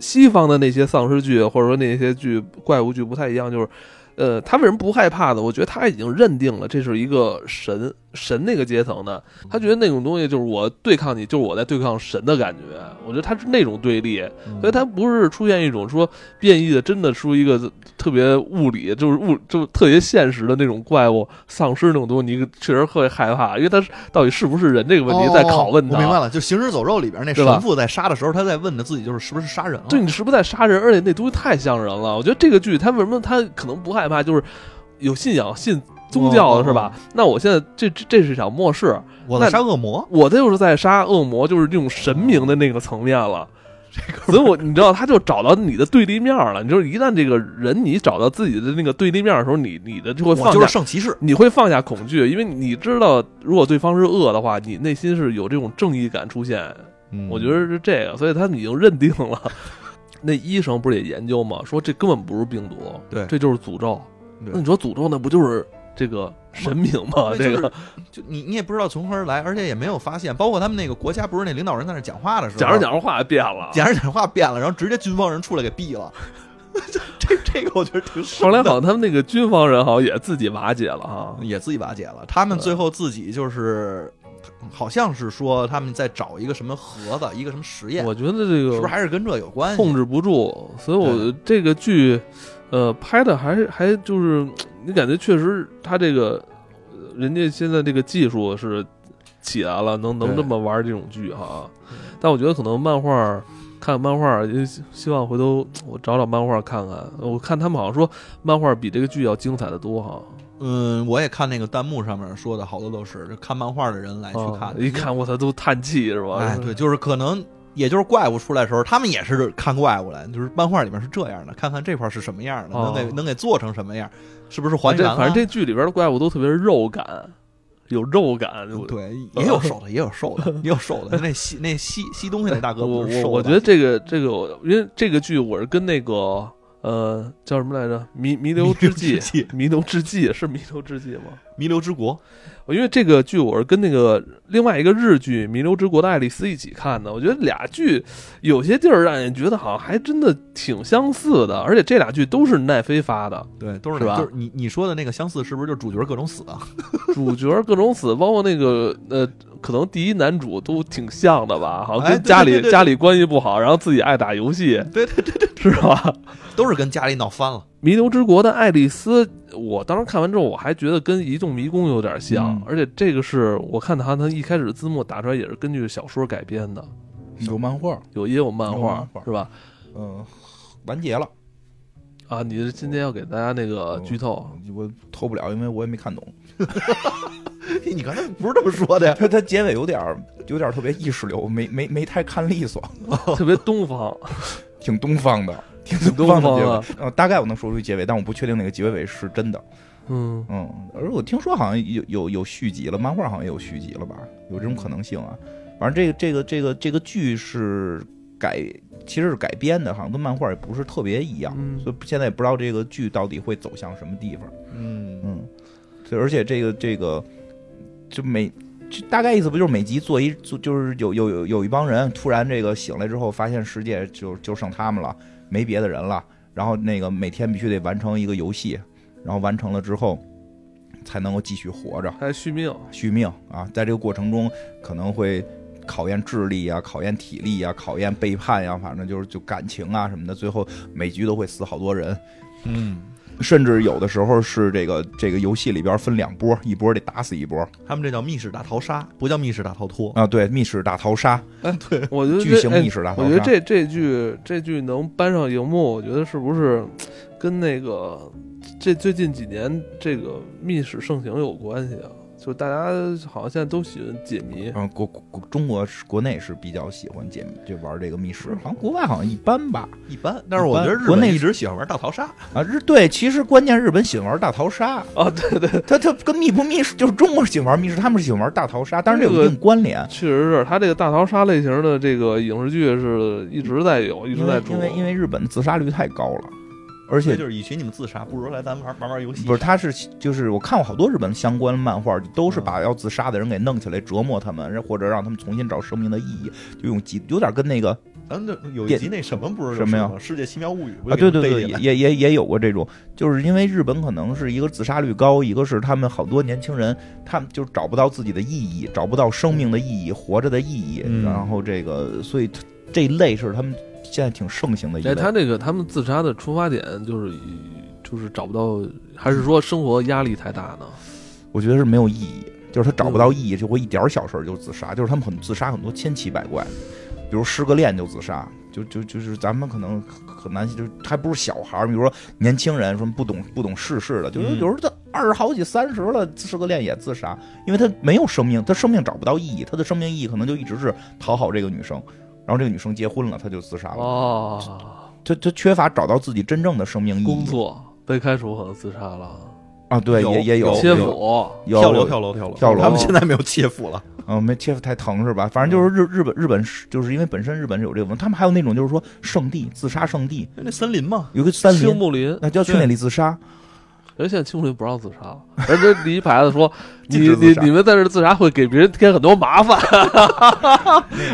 Speaker 1: 西方的那些丧尸剧，或者说那些剧怪物剧不太一样，就是，呃，他为什么不害怕呢？我觉得他已经认定了这是一个神神那个阶层的，他觉得那种东西就是我对抗你，就是我在对抗神的感觉。我觉得他是那种对立，
Speaker 3: 嗯
Speaker 1: 所以他不是出现一种说变异的，真的出一个特别物理，就是物就特别现实的那种怪物丧尸那种东西，你确实会害怕，因为他是到底是不是人这个问题在拷问他。
Speaker 3: 哦我明白了，就《行尸走肉》里边那
Speaker 1: 对吧
Speaker 3: 神父在杀的时候，他在问他自己就是是不是杀人了。啊
Speaker 1: 对，你是不是在杀人？而且那东西太像人了。我觉得这个剧它为什么它可能不害怕，就是有信仰、信宗教的是吧？那我现在这这这是一场末世，
Speaker 3: 我在杀恶魔，
Speaker 1: 我这就是在杀恶魔，就是这种神明的那个层面了。所以我，你知道，他就找到你的对立面了。你就是一旦这个人你找到自己的那个对立面的时候，你你的就会
Speaker 3: 我
Speaker 1: 放
Speaker 3: 就
Speaker 1: 下，
Speaker 3: 是圣骑士。
Speaker 1: 你会放下恐惧，因为你知道，如果对方是恶的话，你内心是有这种正义感出现。
Speaker 3: 嗯
Speaker 1: 我觉得是这个，所以他们已经认定了。 那医生不是也研究吗？说这根本不是病毒，
Speaker 3: 对
Speaker 1: 这就是诅咒。
Speaker 3: 对
Speaker 1: 那你说诅咒那不就是这个神明吗？
Speaker 3: 对
Speaker 1: 啊这
Speaker 3: 就是
Speaker 1: 个
Speaker 3: 就你你也不知道从何而来，而且也没有发现，包括他们那个国家不是那领导人在那讲话的时候，
Speaker 1: 讲着讲着话变了。
Speaker 3: 讲着讲着话变了，然后直接军方人出来给毙了。 这这个我觉得挺神
Speaker 1: 后来
Speaker 3: 的
Speaker 1: 好像他们那个军方人好像也自己瓦解了哈。
Speaker 3: 也自己瓦解了。他们最后自己就是，好像是说他们在找一个什么盒子，一个什么实验，
Speaker 1: 我觉得这
Speaker 3: 是不是
Speaker 1: 个
Speaker 3: 还是跟这有关系？啊
Speaker 1: 控制不住，所以我这个剧，呃，拍的还还就是你感觉确实他这个呃人家现在这个技术是起来了，能能
Speaker 3: 对嗯
Speaker 1: 这么玩这种剧哈。但我觉得可能漫画儿看漫画儿，也希希望回头我找找漫画儿看看。我看他们好像说漫画儿比这个剧要精彩的多哈。
Speaker 3: 嗯，我也看那个弹幕上面说的，好多都是就看漫画的人来去
Speaker 1: 啊
Speaker 3: 看，，
Speaker 1: 一，看我操都叹气是吧？
Speaker 3: 哎，对，就是可能。也就是怪物出来的时候，他们也是看怪物来，就是漫画里面是这样的，看看这块是什么样的，
Speaker 1: 哦
Speaker 3: 能给能给做成什么样，是不是
Speaker 1: 啊
Speaker 3: 还
Speaker 1: 这
Speaker 3: 原了？
Speaker 1: 反正这剧里边的怪物都特别肉感，有肉感。我
Speaker 3: 对，也有瘦的，也有瘦的，也有瘦的。那 吸那吸吸东西那大哥
Speaker 1: 我
Speaker 3: 不是
Speaker 1: 我
Speaker 3: 瘦
Speaker 1: 我
Speaker 3: 的
Speaker 1: 觉得这个这个我，因为这个剧我是跟那个呃叫什么来着，《弥弥留之际》《弥留之际》是《弥留之际》吗？
Speaker 3: 弥留之国
Speaker 1: 我因为这个剧我是跟那个另外一个日剧《弥留之国的爱丽丝》一起看的，我觉得俩剧有些地儿让人觉得好像还真的挺相似的，而且这俩剧都是奈飞发的，
Speaker 3: 对，都是
Speaker 1: 是
Speaker 3: 那
Speaker 1: 吧
Speaker 3: 就是你你说的那个相似，是不是就是主角各种死啊？
Speaker 1: 主角各种死，包括那个呃，可能第一男主都挺像的吧，好像
Speaker 3: 哎
Speaker 1: 跟
Speaker 3: 对
Speaker 1: 家
Speaker 3: 对
Speaker 1: 里
Speaker 3: 对对
Speaker 1: 家里关系不好，然后自己爱打游戏，
Speaker 3: 对对对，
Speaker 1: 是吧？
Speaker 3: 都是跟家里闹翻了。
Speaker 1: 《弥留之国的爱丽丝》，我当时看完之后，我还觉得跟《移动迷宫》有点像，
Speaker 2: 嗯
Speaker 1: 而且这个是我看它，它一开始字幕打出来也是根据小说改编的，
Speaker 2: 嗯有漫画，
Speaker 1: 有也有漫
Speaker 2: 有
Speaker 1: 画，
Speaker 2: 漫画
Speaker 1: 是吧？
Speaker 2: 嗯，完结了。
Speaker 1: 啊，你是今天要给大家那个
Speaker 2: 嗯
Speaker 1: 剧透？
Speaker 2: 我透不了，因为我也没看懂。
Speaker 3: 你刚才不是这么说的呀？
Speaker 2: 它它结尾有点儿有点儿特别意识流，没没没太看利索，
Speaker 1: 特别东方，
Speaker 2: 挺东方的，挺
Speaker 1: 挺
Speaker 2: 东方的
Speaker 1: 东
Speaker 2: 结
Speaker 1: 方啊
Speaker 2: 尾。呃，大概我能说出结尾，但我不确定那个结尾是真的。
Speaker 1: 嗯，
Speaker 2: 嗯，而我听说好像有有有续集了，漫画好像也有续集了吧？有这种可能性啊。反正这个这个这个这个剧是改，其实是改编的，好像跟漫画也不是特别一样，
Speaker 1: 嗯
Speaker 2: 所以现在也不知道这个剧到底会走向什么地方。
Speaker 3: 嗯，
Speaker 2: 嗯，对，而且这个这个就每。就大概意思不就是每集做一做，就是有有有有一帮人突然这个醒来之后，发现世界就就剩他们了，没别的人了。然后那个每天必须得完成一个游戏，然后完成了之后，才能够继续活着。
Speaker 1: 还续命，
Speaker 2: 续命啊，在这个过程中可能会考验智力啊，考验体力啊，考验背叛呀、反正就是就感情啊什么的，最后每局都会死好多人，
Speaker 3: 嗯，
Speaker 2: 甚至有的时候是这个这个游戏里边分两波，一波得打死一波
Speaker 3: 他们这叫密室大逃杀，不叫密室大逃脱。
Speaker 2: 啊，对，密室大逃杀，
Speaker 1: 我觉得
Speaker 2: 巨型
Speaker 1: 哦这哎
Speaker 2: 密室大逃
Speaker 1: 我觉
Speaker 2: 杀，
Speaker 1: 得这这剧这剧能搬上荧幕，我觉得是不是跟那个这最近几年这个密室盛行有关系啊？就大家好像现在都喜欢解谜，
Speaker 2: 嗯，国国国中国是国内是比较喜欢解谜，就玩这个密室，好像国外好像一般吧。
Speaker 3: 一般，但是我觉得
Speaker 2: 一般
Speaker 3: 日
Speaker 2: 国
Speaker 3: 本
Speaker 2: 内
Speaker 3: 一直喜欢玩大逃杀。
Speaker 2: 啊，日对，其实关键日本喜欢玩大逃杀，
Speaker 1: 哦，对对，
Speaker 2: 它它跟密不密室，就是中国喜欢玩密室，他们是喜欢玩大逃杀，当然这
Speaker 1: 这
Speaker 2: 有
Speaker 1: 个
Speaker 2: 一定关联。
Speaker 1: 确实是他这个大逃杀类型的这个影视剧是一直在有，一直
Speaker 2: 因为
Speaker 1: 在出
Speaker 2: 因。为因为日本自杀率太高了，而且
Speaker 3: 这就是与其你们自杀，不如来咱们玩玩玩游戏。
Speaker 2: 不是，他是就是我看过好多日本相关漫画，都是把要自杀的人给弄起来折磨他们，或者让他们重新找生命的意义，就用极有点跟那个啊，
Speaker 3: 咱们这有一
Speaker 2: 电
Speaker 3: 集那什么不是
Speaker 2: 什么呀
Speaker 3: 有世界奇妙物语》不
Speaker 2: 啊
Speaker 3: 就
Speaker 2: 对对
Speaker 3: 给
Speaker 2: 对，
Speaker 3: 你们背进来啊
Speaker 2: 也也也有过这种，就是因为日本可能是一个自杀率高，一个是他们好多年轻人，他们就是找不到自己的意义，找不到生命的意义，活着的意义，
Speaker 3: 嗯
Speaker 2: 然后这个所以这一类是他们现在挺盛行的一类。
Speaker 1: 哎，他这个他们自杀的出发点就是以就是找不到，还是说生活压力太大呢？
Speaker 2: 我觉得是没有意义，就是他找不到意义，就会一点儿小事儿就自杀，就是他们很自杀很多千奇百怪，比如失个恋就自杀，就就就是咱们可能很难，就还不是小孩儿，比如说年轻人什么不懂不懂世事的，就是
Speaker 3: 嗯
Speaker 2: 有时候他二十好几三十了失个恋也自杀，因为他没有生命，他生命找不到意义，他的生命意义可能就一直是讨好这个女生。然后这个女生结婚了，他就自杀了。
Speaker 1: 哦，
Speaker 2: 他他缺乏找到自己真正的生命意义。
Speaker 1: 工作被开除可能自杀了，
Speaker 2: 啊，对，
Speaker 3: 有
Speaker 2: 也也有
Speaker 1: 切
Speaker 2: 有
Speaker 1: 腹。
Speaker 2: 有
Speaker 3: 跳楼
Speaker 2: 有
Speaker 3: 跳楼跳楼
Speaker 2: 跳楼
Speaker 3: 他们现在没有切腹 了。
Speaker 2: 嗯，没切腹太疼是吧？反正就是日
Speaker 1: 嗯
Speaker 2: 日本日本是就是因为本身日本是有这个文化，他们还有那种就是说圣地自杀圣地，
Speaker 3: 那森林嘛，
Speaker 2: 有个森
Speaker 1: 青
Speaker 2: 林，
Speaker 1: 木林，
Speaker 2: 那就要去那里自杀。
Speaker 1: 人现在青木林不让自杀了，而且立一牌子说你
Speaker 2: 禁
Speaker 1: 你
Speaker 2: 止自杀
Speaker 1: 你们在这自杀会给别人添很多麻 烦，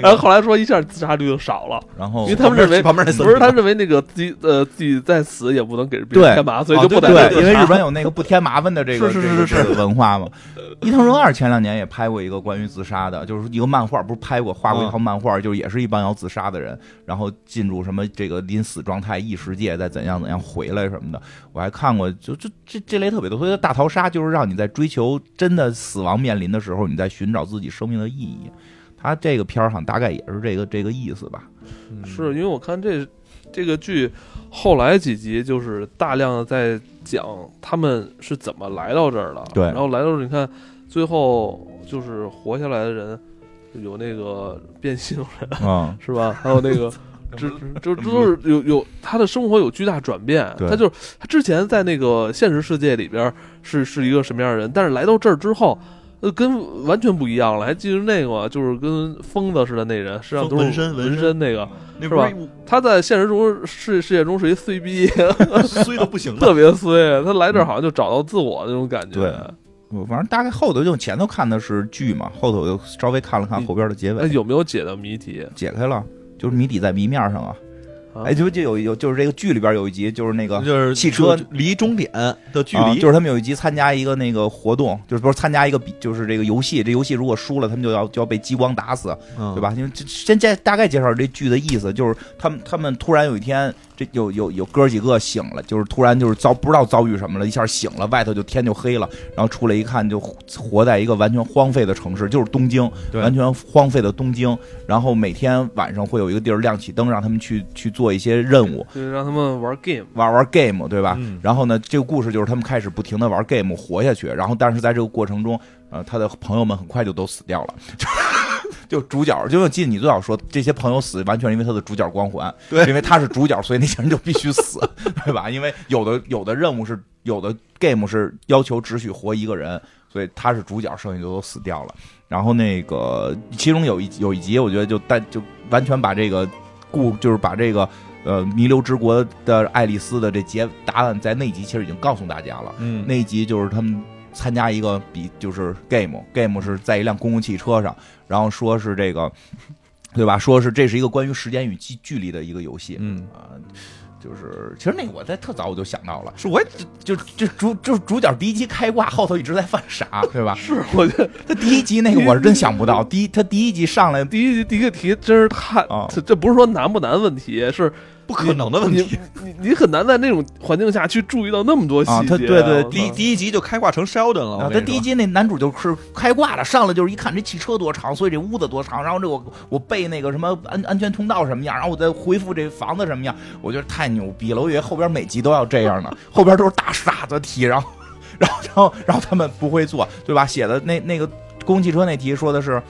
Speaker 1: 然后后来说一下自杀率就少了，
Speaker 2: 然后
Speaker 1: 因为他们认为
Speaker 3: 旁边那森
Speaker 1: 不
Speaker 3: 林
Speaker 1: 是他认为那个自己呃自己再死也不能给别人
Speaker 2: 对哦
Speaker 1: 添麻烦，所以就
Speaker 3: 啊
Speaker 1: 不
Speaker 3: 对
Speaker 1: 在这
Speaker 2: 对，因
Speaker 1: 自
Speaker 2: 为
Speaker 1: 杀
Speaker 2: 日本有那个不添麻烦的这个
Speaker 1: 是是
Speaker 2: 这个
Speaker 1: 是
Speaker 2: 这个文化嘛。伊藤润二前两年也拍过一个关于自杀的，就是一个漫画，不是拍过画
Speaker 1: 嗯
Speaker 2: 过一套漫画，就是也是一帮要自杀的人，然后进入什么这个临死状态、异世界，再怎样怎样回来什么的。我还看过，就就这这类特别多。所以大逃杀就是让你在追求真的死亡面临的时候，你在寻找自己生命的意义。他这个片儿好像大概也是这个这个意思吧。
Speaker 3: 嗯
Speaker 1: 是因为我看这这个剧后来几集就是大量的在讲他们是怎么来到这儿的，
Speaker 2: 对
Speaker 1: 然后来到这儿你看最后就是活下来的人有那个变性人
Speaker 2: 嗯，
Speaker 1: 是吧， 还有那 个。这这这都是有有他的生活有巨大转变，
Speaker 2: 对
Speaker 1: 他就是他之前在那个现实世界里边儿是是一个什么样的人，但是来到这儿之后，呃，跟完全不一样了。还记得那个吗？就是跟疯子似的那人，身上都是
Speaker 3: 纹身纹
Speaker 1: 纹
Speaker 3: 身
Speaker 1: 那个，
Speaker 2: 嗯
Speaker 3: 那
Speaker 1: 是吧
Speaker 3: 不
Speaker 1: 他在现实中世世界中是一碎逼，
Speaker 3: 是衰的呃不行了。
Speaker 1: 特别衰。他来这儿好像就找到自我那种感觉。
Speaker 2: 对我反正大概后头就前头看的是剧嘛，后头又稍微看了看
Speaker 1: 嗯
Speaker 2: 后边的结
Speaker 1: 哎，
Speaker 2: 尾，
Speaker 1: 有没有解的谜题？
Speaker 2: 解开了，就是谜底在谜面上啊
Speaker 1: 啊。
Speaker 2: 哎，就就有有就是这个剧里边有一集，就是那个
Speaker 3: 就是
Speaker 2: 汽车
Speaker 3: 就离终点的距
Speaker 2: 啊
Speaker 3: 离，
Speaker 2: 就是他们有一集参加一个那个活动，就是不是参加一个比，就是这个游戏，这游戏如果输了，他们就要就要被激光打死，
Speaker 3: 嗯
Speaker 2: 对？吧？因为这先介大概介绍这剧的意思，就是他们他们突然有一天，这有有有哥几个醒了，就是突然就是遭不知道遭遇什么了，一下醒了，外头就天就黑了，然后出来一看就活在一个完全荒废的城市，就是东京，
Speaker 3: 对
Speaker 2: 完全荒废的东京。然后每天晚上会有一个地儿亮起灯，让他们去去做一些任务，
Speaker 1: 就是让他们玩 game。
Speaker 2: 玩玩 game，对吧？
Speaker 3: 嗯
Speaker 2: 然后呢，这个故事就是他们开始不停的玩 game 活下去，然后但是在这个过程中，呃，他的朋友们很快就都死掉了。 就主角，就我记得你最早说，这些朋友死完全是因为他的主角光环，
Speaker 3: 对
Speaker 2: 因为他是主角，所以那些人就必须死，对吧？因为有的有的任务是有的 game 是要求只许活一个人，所以他是主角，剩下就都死掉了。然后那个其中有一有一集，我觉得就但就完全把这个故就是把这个呃弥留之国的爱丽丝的这结答案在那集其实已经告诉大家了。
Speaker 3: 嗯，
Speaker 2: 那一集就是他们参加一个比就是 game game 是在一辆公共汽车上，然后说是这个对吧？说是这是一个关于时间与距距离的一个游戏
Speaker 3: 嗯，
Speaker 2: 啊、就是其实那个我在特早我就想到了，
Speaker 3: 是我也
Speaker 2: 就就主就是主角第一集开挂，后头一直在犯傻，对吧？
Speaker 1: 是，我觉得
Speaker 2: 他第一集那个我是真想 不到，第一他第一集上来
Speaker 1: 第一第一个题真是太、
Speaker 2: 啊
Speaker 1: 这这不是说难不难问题，是
Speaker 3: 不可能的问题。
Speaker 1: 你你你很难在那种环境下去注意到那么多细节、
Speaker 2: 啊 他对对
Speaker 1: 我操
Speaker 3: 第第一集就开挂成 Sheldon 了，
Speaker 2: 啊
Speaker 3: 我，
Speaker 2: 他
Speaker 3: 跟你
Speaker 2: 第
Speaker 3: 说
Speaker 2: 一集那男主就是开挂了，上来就是一看这汽车多长，所以这屋子多长，然后这我我背那个什么安安全通道什么样，然后我再恢复这房子什么样，我觉得太牛逼了，我以为后边每集都要这 样呢，后边都是大傻子题，然后然后然后 然后他们不会做，对吧？写的那那个公共汽车那题说的是。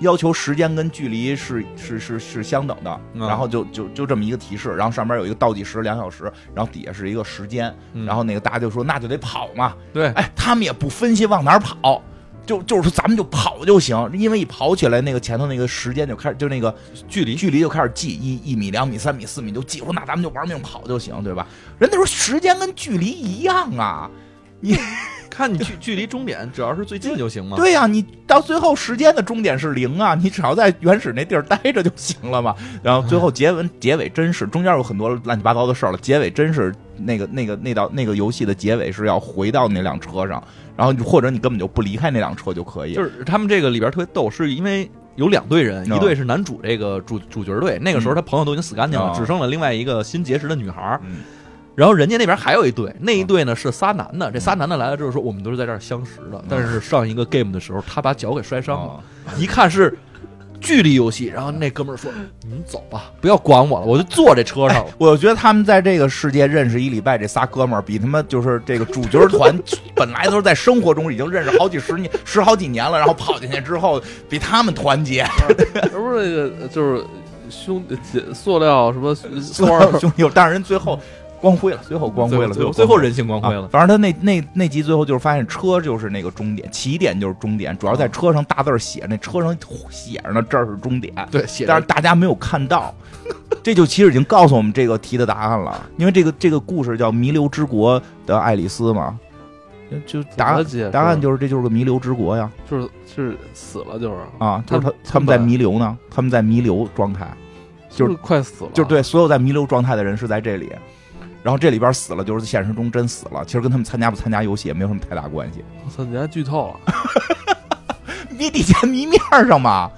Speaker 2: 要求时间跟距离是是是是相等的，
Speaker 3: 嗯
Speaker 2: 然后就就就这么一个提示，然后上面有一个倒计时两小时，然后底下是一个时间，
Speaker 3: 嗯
Speaker 2: 然后那个大家就说那就得跑嘛，
Speaker 3: 对，
Speaker 2: 哎，他们也不分析往哪儿跑，就就是咱们就跑就行，因为一跑起来，那个前头那个时间就开始，就那个
Speaker 3: 距离
Speaker 2: 距离就开始记，一一米、两米、三米、四米就记，我说那咱们就玩命跑就行，对吧？人家说时间跟距离一样啊，
Speaker 3: 看你距 距离终点，只要是最近就行嘛。
Speaker 2: 对呀、你到最后时间的终点是零啊，你只要在原始那地儿待着就行了嘛。然后最后结文结尾真是中间有很多乱七八糟的事儿了，结尾真是那个那个那道那个游戏的结尾是要回到那辆车上，然后或者你根本就不离开那辆车就可以。
Speaker 3: 就是他们这个里边特别逗，是因为有两队人，
Speaker 2: 嗯
Speaker 3: 一队是男主这个主主角队，那个时候他朋友都已经死干净了，
Speaker 2: 嗯
Speaker 3: 只剩了另外一个新结识的女孩儿。
Speaker 2: 嗯
Speaker 3: 然后人家那边还有一队，那一队呢是仨男
Speaker 2: 嗯
Speaker 3: 的，这仨男的来了之后说我们都是在这儿相识的，但是上一个 game 的时候他把脚给摔伤了，
Speaker 2: 啊
Speaker 3: 一看是距离游戏，然后那哥们儿说你们走吧，不要管我了，我就坐这车上了。
Speaker 2: 我觉得他们在这个世界认识一礼拜，这仨哥们儿比他妈就是这个主角 团本来都是在生活中已经认识好几十年、十好几年了，然后跑进去之后比他们团结。
Speaker 1: 这不是那个就是胸姐塑料什么塑料
Speaker 2: 兄弟，但是人最后光辉了，最后 光辉了，
Speaker 3: 最后最
Speaker 2: 最
Speaker 3: 后人性光辉
Speaker 2: 啊
Speaker 3: 了，。
Speaker 2: 反正他那那那集最后就是发现车就是那个终点，起点就是终点，主要
Speaker 3: 啊
Speaker 2: 在车上大字儿写，那车上写着呢，这儿是终点。
Speaker 3: 对，写
Speaker 2: 但
Speaker 3: 着
Speaker 2: 是大家没有看到， 这就其实已经告诉我们这个题的答案了，因为这个这个故事叫《弥留之国的爱丽丝》嘛，就答案
Speaker 1: 解释
Speaker 2: 答案就是这就是个弥留之国呀
Speaker 1: 就是是死了就是
Speaker 2: 啊，就是他
Speaker 1: 他
Speaker 2: 他
Speaker 1: 们
Speaker 2: 们在弥留呢，他们在弥留状态，就是
Speaker 1: 是快死了，
Speaker 2: 就是对所有在弥留状态的人是在这里，然后这里边死了就是现实中真死了，其实跟他们参加不参加游戏也没有什么太大关系，
Speaker 1: 我操，你还剧透了。
Speaker 2: 谜底在谜面上嘛，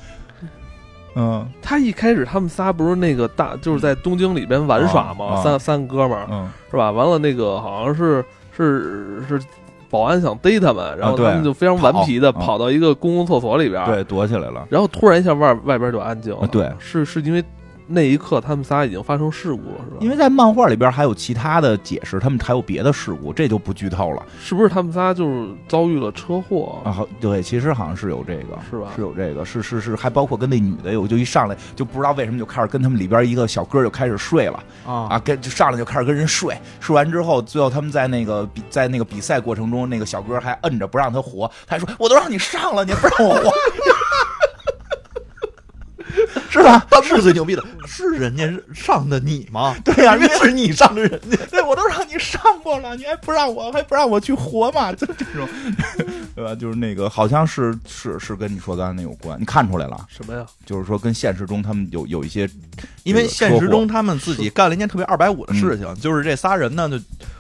Speaker 2: 嗯
Speaker 1: 他一开始他们仨不是那个大，就是在东京里边玩耍嘛，
Speaker 2: 啊啊
Speaker 1: 三三哥们儿
Speaker 2: 嗯
Speaker 1: 是吧？完了那个好像是是是保安想逮他们，然后
Speaker 2: 啊对
Speaker 1: 他们就非常顽皮的
Speaker 2: 跑啊
Speaker 1: 跑到一个公共厕所里边，
Speaker 2: 对，躲起来了。
Speaker 1: 哦然后突然一下外外边就安静了，
Speaker 2: 啊对
Speaker 1: 是是因为那一刻他们仨已经发生事故了，是吧？
Speaker 2: 因为在漫画里边还有其他的解释，他们还有别的事故，这就不剧透了
Speaker 1: 是不是他们仨就是遭遇了车祸，
Speaker 2: 啊。好对，其实好像是有这个，
Speaker 1: 是吧
Speaker 2: 是？有这个，是是是，还包括跟那女的有，就一上来就不知道为什么就开始跟他们里边一个小哥就开始睡了
Speaker 3: 啊
Speaker 2: 啊，跟就上来就开始跟人睡，睡完之后，最后他们在那个比在那个比赛过程中，那个小哥还摁着不让他活，他还说我都让你上了，你还不让我活， 是吧？
Speaker 3: 弹幕最牛逼的 是人家上的你吗？
Speaker 2: 对呀、因
Speaker 3: 明明
Speaker 2: 为
Speaker 3: 是你上的人家，
Speaker 2: 对我都让你上过了，你还不让我，还不让我去活嘛？就这种， 对吧？就是那个，好像是是是跟你说刚才那有关，你看出来了，
Speaker 1: 什么呀？
Speaker 2: 就是说跟现实中他们有有一些
Speaker 3: 因为现实中他们自己干了一件特别二百五的事情，就是这仨人呢就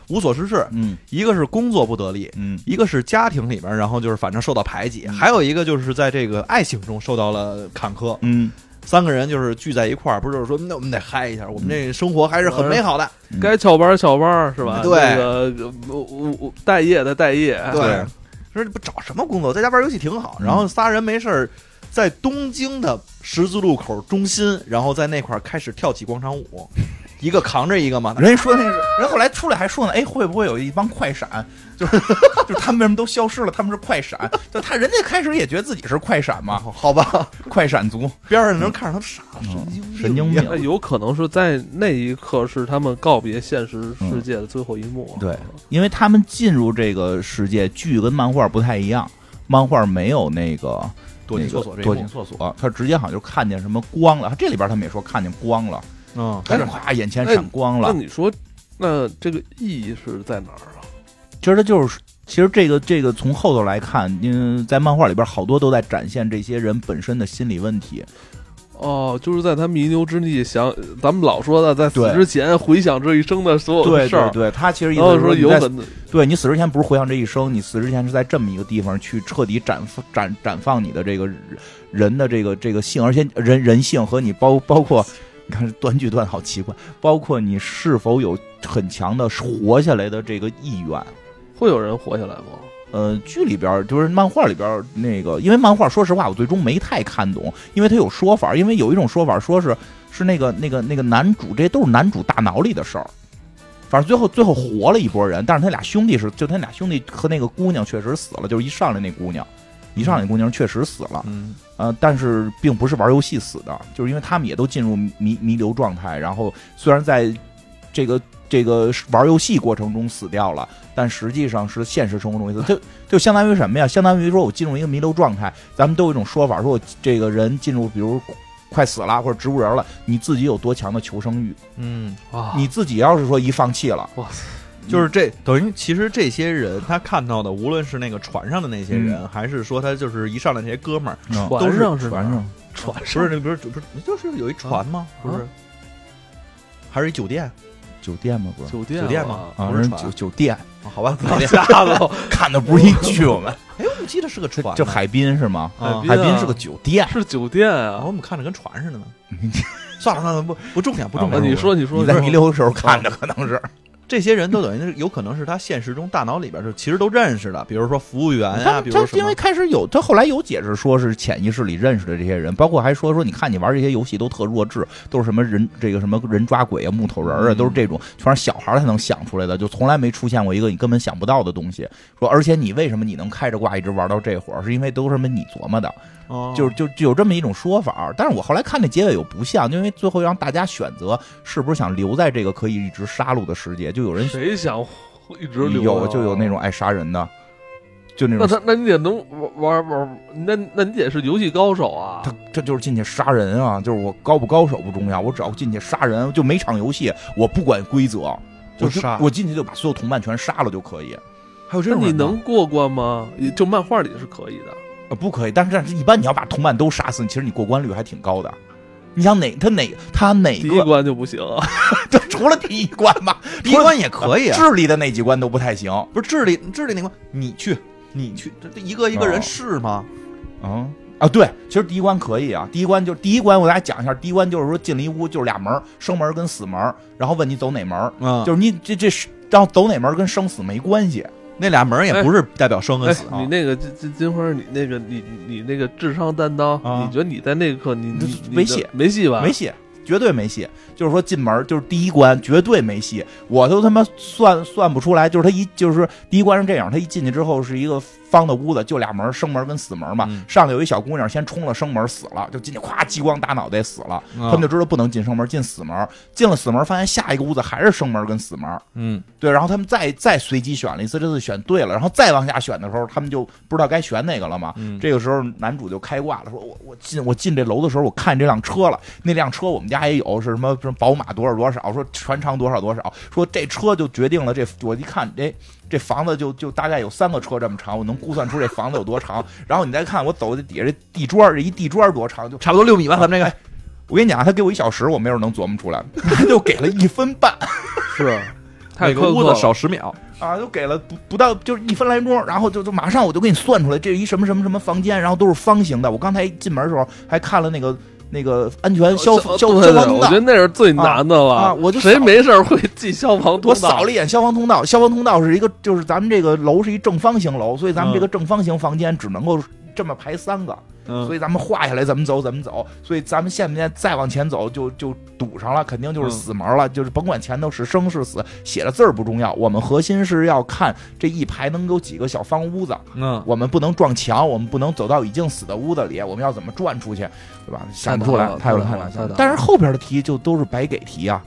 Speaker 3: 无所事事，
Speaker 2: 嗯
Speaker 3: 一个是工作不得力，
Speaker 2: 嗯
Speaker 3: 一个是家庭里边，然后就是反正受到排挤，
Speaker 2: 嗯
Speaker 3: 还有一个就是在这个爱情中受到了坎坷。
Speaker 2: 嗯，
Speaker 3: 三个人就是聚在一块儿，不是就是说那我们得嗨一下，我们这生活还是很美好的。
Speaker 2: 嗯
Speaker 1: 该翘班儿翘班儿是吧？
Speaker 3: 对
Speaker 1: 那个我我我待业的待业，
Speaker 2: 嗯
Speaker 3: 对，说你不找什么工作，在家玩游戏挺好。然后仨人没事儿，在东京的十字路口中心，然后在那块儿开始跳起广场 舞，一个扛着一个嘛。
Speaker 2: 人家说那是人后来出来还说呢，哎，会不会有一帮快闪？就是就是他们为什么都消失了？他们是快闪，就他人家开始也觉得自己是快闪嘛，
Speaker 3: 好吧，
Speaker 2: 快闪族，
Speaker 3: 边上的人看着他傻了，神经
Speaker 2: 嗯
Speaker 3: 病
Speaker 2: 神经病
Speaker 1: 那有可能是在那一刻是他们告别现实世界的最后一幕。
Speaker 2: 嗯
Speaker 1: 啊
Speaker 2: 对，因为他们进入这个世界，剧跟漫画不太一样，漫画没有那个
Speaker 3: 躲进厕所这一
Speaker 2: 躲
Speaker 3: 幕
Speaker 2: 进厕所，他直接好像就看见什么光了。这里边他们也说看见光了，
Speaker 3: 嗯，
Speaker 2: 他
Speaker 3: 但
Speaker 2: 就是哗眼前闪
Speaker 1: 哎
Speaker 2: 光
Speaker 1: 那
Speaker 2: 了。
Speaker 1: 你说，那这个意义是在哪儿啊？
Speaker 2: 其实他就是，其实这个这个从后头来看，因为在漫画里边好多都在展现这些人本身的心理问题。
Speaker 1: 哦，就是在他弥留之际想，咱们老说的，在死
Speaker 2: 对
Speaker 1: 之前回想这一生的所有的
Speaker 2: 对
Speaker 1: 事儿
Speaker 2: 对，对，他其实意
Speaker 1: 哦啊然
Speaker 2: 思
Speaker 1: 后说
Speaker 2: 是说你
Speaker 1: 有
Speaker 2: 在
Speaker 1: 可能
Speaker 2: 对你死之前不是回想这一生，你死之前是在这么一个地方去彻底绽放绽绽放你的这个人人的这个这个性，而且人人性和你包包括，你看断句断得好奇怪，包括你是否有很强的活下来的这个意愿。
Speaker 1: 会有人活下来吗？
Speaker 2: 呃，剧里边儿就是漫画里边儿那个，因为漫画说实话我最终没太看懂，因为它有说法儿，因为有一种说法儿说是是那个那个那个男主，这都是男主大脑里的事儿。反正最后最后活了一波人，但是他俩兄弟是，就他俩兄弟和那个姑娘确实死了，就是一上来那姑娘，一上来那姑娘确实死了，
Speaker 3: 嗯，
Speaker 2: 呃，但是并不是玩游戏死的，就是因为他们也都进入弥弥留状态，然后虽然在这个这个玩游戏过程中死掉了，但实际上是现实生活中死，就就相当于什么呀？相当于说我进入一个弥留状态，咱们都有一种说法，说我这个人进入比如。快死了或者植物人了，你自己有多强的求生欲？
Speaker 3: 嗯，
Speaker 1: 啊，
Speaker 2: 你自己要是说一放弃了，
Speaker 1: 哇塞，
Speaker 3: 就是这等于其实这些人他看到的，无论是那个船上的那些人，还是说他就是一上来那些哥们儿，
Speaker 1: 船上是
Speaker 2: 船
Speaker 1: 哪儿啊
Speaker 2: 上
Speaker 1: 船
Speaker 3: 不
Speaker 1: 上
Speaker 3: 是那不是不是就是有一船吗？不是，还是一酒店？
Speaker 2: 酒店吗？不是
Speaker 1: 酒店
Speaker 3: 酒店
Speaker 1: 吗
Speaker 3: 吗？
Speaker 2: 啊，
Speaker 3: 不是
Speaker 2: 人
Speaker 3: 船
Speaker 2: 酒酒店，
Speaker 3: 啊 好吧，
Speaker 1: 好家伙，
Speaker 2: 看的不是一 剧，我们
Speaker 3: 哎，我记得是个船呢，
Speaker 2: 就海滨是吗？
Speaker 1: 海
Speaker 3: 啊
Speaker 1: 滨
Speaker 2: 哎海滨是个酒店，哦
Speaker 1: 是酒店
Speaker 3: 然
Speaker 1: 啊
Speaker 3: 哦后！我们看着跟船似的呢。算了算了，不不重点不重
Speaker 2: 啊
Speaker 1: 啊，
Speaker 3: 点。
Speaker 1: 你说你说
Speaker 2: 你在弥留的时候看的可能是，
Speaker 3: 这些人都等于是有可能是他现实中大脑里边就其实都认识的，比如说服务员啊，
Speaker 2: 他
Speaker 3: 比如
Speaker 2: 他
Speaker 3: 什
Speaker 2: 因
Speaker 3: 么
Speaker 2: 为。开始有他后来有解释说是潜意识里认识的这些人，包括还说说你看你玩这些游戏都特弱智，都是什么人这个什么人抓鬼啊、木头人啊，
Speaker 3: 嗯
Speaker 2: 都是这种全是小孩才能想出来的，就从来没出现过一个你根本想不到的东西。说而且你为什么你能开着挂一直玩到这会儿，是因为都是什么你琢磨的，
Speaker 3: 哦
Speaker 2: 就是就就有这么一种说法。但是我后来看那结尾又不像，就因为最后让大家选择是不是想留在这个可以一直杀戮的世界，就有人
Speaker 1: 谁想一直留
Speaker 2: 有
Speaker 1: 啊
Speaker 2: 就有那种爱杀人的，就那
Speaker 1: 那
Speaker 2: 种
Speaker 1: 他那你得能玩玩玩，那那你得是游戏高手啊！
Speaker 2: 他这就是进去杀人啊！就是我高不高手不重要，我只要进去杀人，就每场游戏我不管规则，
Speaker 3: 就
Speaker 2: 我
Speaker 3: 杀
Speaker 2: 我进去就把所有同伴全杀了就可以。
Speaker 3: 还有这
Speaker 1: 那
Speaker 3: 种
Speaker 1: 你
Speaker 3: 人吗
Speaker 1: 能过关吗？也就漫画里是可以的，
Speaker 2: 呃，不可以，但是但是一般你要把同伴都杀死，其实你过关率还挺高的。你想哪他哪他哪
Speaker 1: 第一
Speaker 2: 个？
Speaker 1: 关就不行啊。
Speaker 2: 对，除了第一关 吧，
Speaker 3: 第一关也可以啊，
Speaker 2: 智力的那几关都不太行啊
Speaker 3: 不是智力智力那关你去你去，这这一个一个人试吗？嗯
Speaker 2: 啊！对，其实第一关可以啊，第一关就是第一关，我给大家讲一下，第一关就是说进了一屋就是俩门儿，生门儿跟死门儿，然后问你走哪门儿，
Speaker 3: 嗯，
Speaker 2: 就是你这这是然后走哪门儿跟生死没关系。
Speaker 3: 那俩门儿也不是代表生
Speaker 1: 哎
Speaker 3: 跟死，啊
Speaker 1: 你。那个金金金花，你那个你你你那个智商担当，
Speaker 2: 啊
Speaker 1: 你觉得你在那一刻你你
Speaker 2: 这
Speaker 1: 你的
Speaker 2: 没戏
Speaker 1: 没戏吧？
Speaker 2: 没戏，绝对没戏。就是说进门就是第一关绝对没戏，我都他妈算算不出来。就是他一就是第一关是这样，他一进去之后是一个方的屋子，就俩门，生门跟死门嘛。
Speaker 3: 嗯
Speaker 2: 上来有一小姑娘先冲了生门死了，就进去咵激光打脑袋死了。
Speaker 3: 嗯
Speaker 2: 他们就知道不能进生门，进死门。进了死门，发现下一个屋子还是生门跟死门。
Speaker 3: 嗯
Speaker 2: 对，然后他们再再随机选了一次，这次选对了，然后再往下选的时候，他们就不知道该选哪个了嘛。
Speaker 3: 嗯
Speaker 2: 这个时候男主就开挂了，说我我进我进这楼的时候，我看这辆车了，那辆车我们家也有，是什么什么宝马多少多少，说全长多少多少，说这车就决定了这我一看这。这房子就就大概有三个车这么长，我能估算出这房子有多长。 然后你再看我走的底下这地砖儿，这一地砖儿多长，就
Speaker 3: 差不多六米吧，咱们这个
Speaker 2: 我跟你讲啊，他给我一小时，我没准能琢磨出来，他就给了一分半。
Speaker 1: 是太
Speaker 3: 每
Speaker 1: 苛
Speaker 3: 个屋
Speaker 1: 刻了
Speaker 3: 子。少十秒，
Speaker 2: 啊，就给了不不到就是一分来钟，然后就就马上我就给你算出来，这是一什么什么什么房间，然后都是方形的。我刚才一进门的时候还看了那个那个安全消
Speaker 1: 呃对
Speaker 2: 消消
Speaker 1: 对
Speaker 2: 防通
Speaker 1: 我
Speaker 2: 道
Speaker 1: 觉得，那是最难的了。
Speaker 2: 啊啊我就
Speaker 1: 谁
Speaker 2: 扫
Speaker 1: 没事儿会记消防通
Speaker 2: 我
Speaker 1: 道？
Speaker 2: 扫了一眼消防通道，消防通道是一个就是咱们这个楼是一正方形楼，所以咱们
Speaker 1: 嗯
Speaker 2: 这个正方形房间只能够这么排三个，所
Speaker 3: 嗯
Speaker 2: 以咱们画下来怎么走怎么走，所以咱们现在再往前走就就堵上了，肯定就是
Speaker 3: 嗯
Speaker 2: 死门了，就是甭管前头是生是死，写的字儿不重要，我们核心是要看这一排能有几个小方屋子。
Speaker 3: 嗯，
Speaker 2: 我们不能撞墙，我们不能走到已经死的屋子里，我们要怎么转出去，对吧？想不出来，
Speaker 1: 太难
Speaker 2: 太有
Speaker 1: 了
Speaker 2: 太
Speaker 1: 太难
Speaker 2: 难
Speaker 1: 了太难了
Speaker 2: 但是后边的题就都是白给题啊，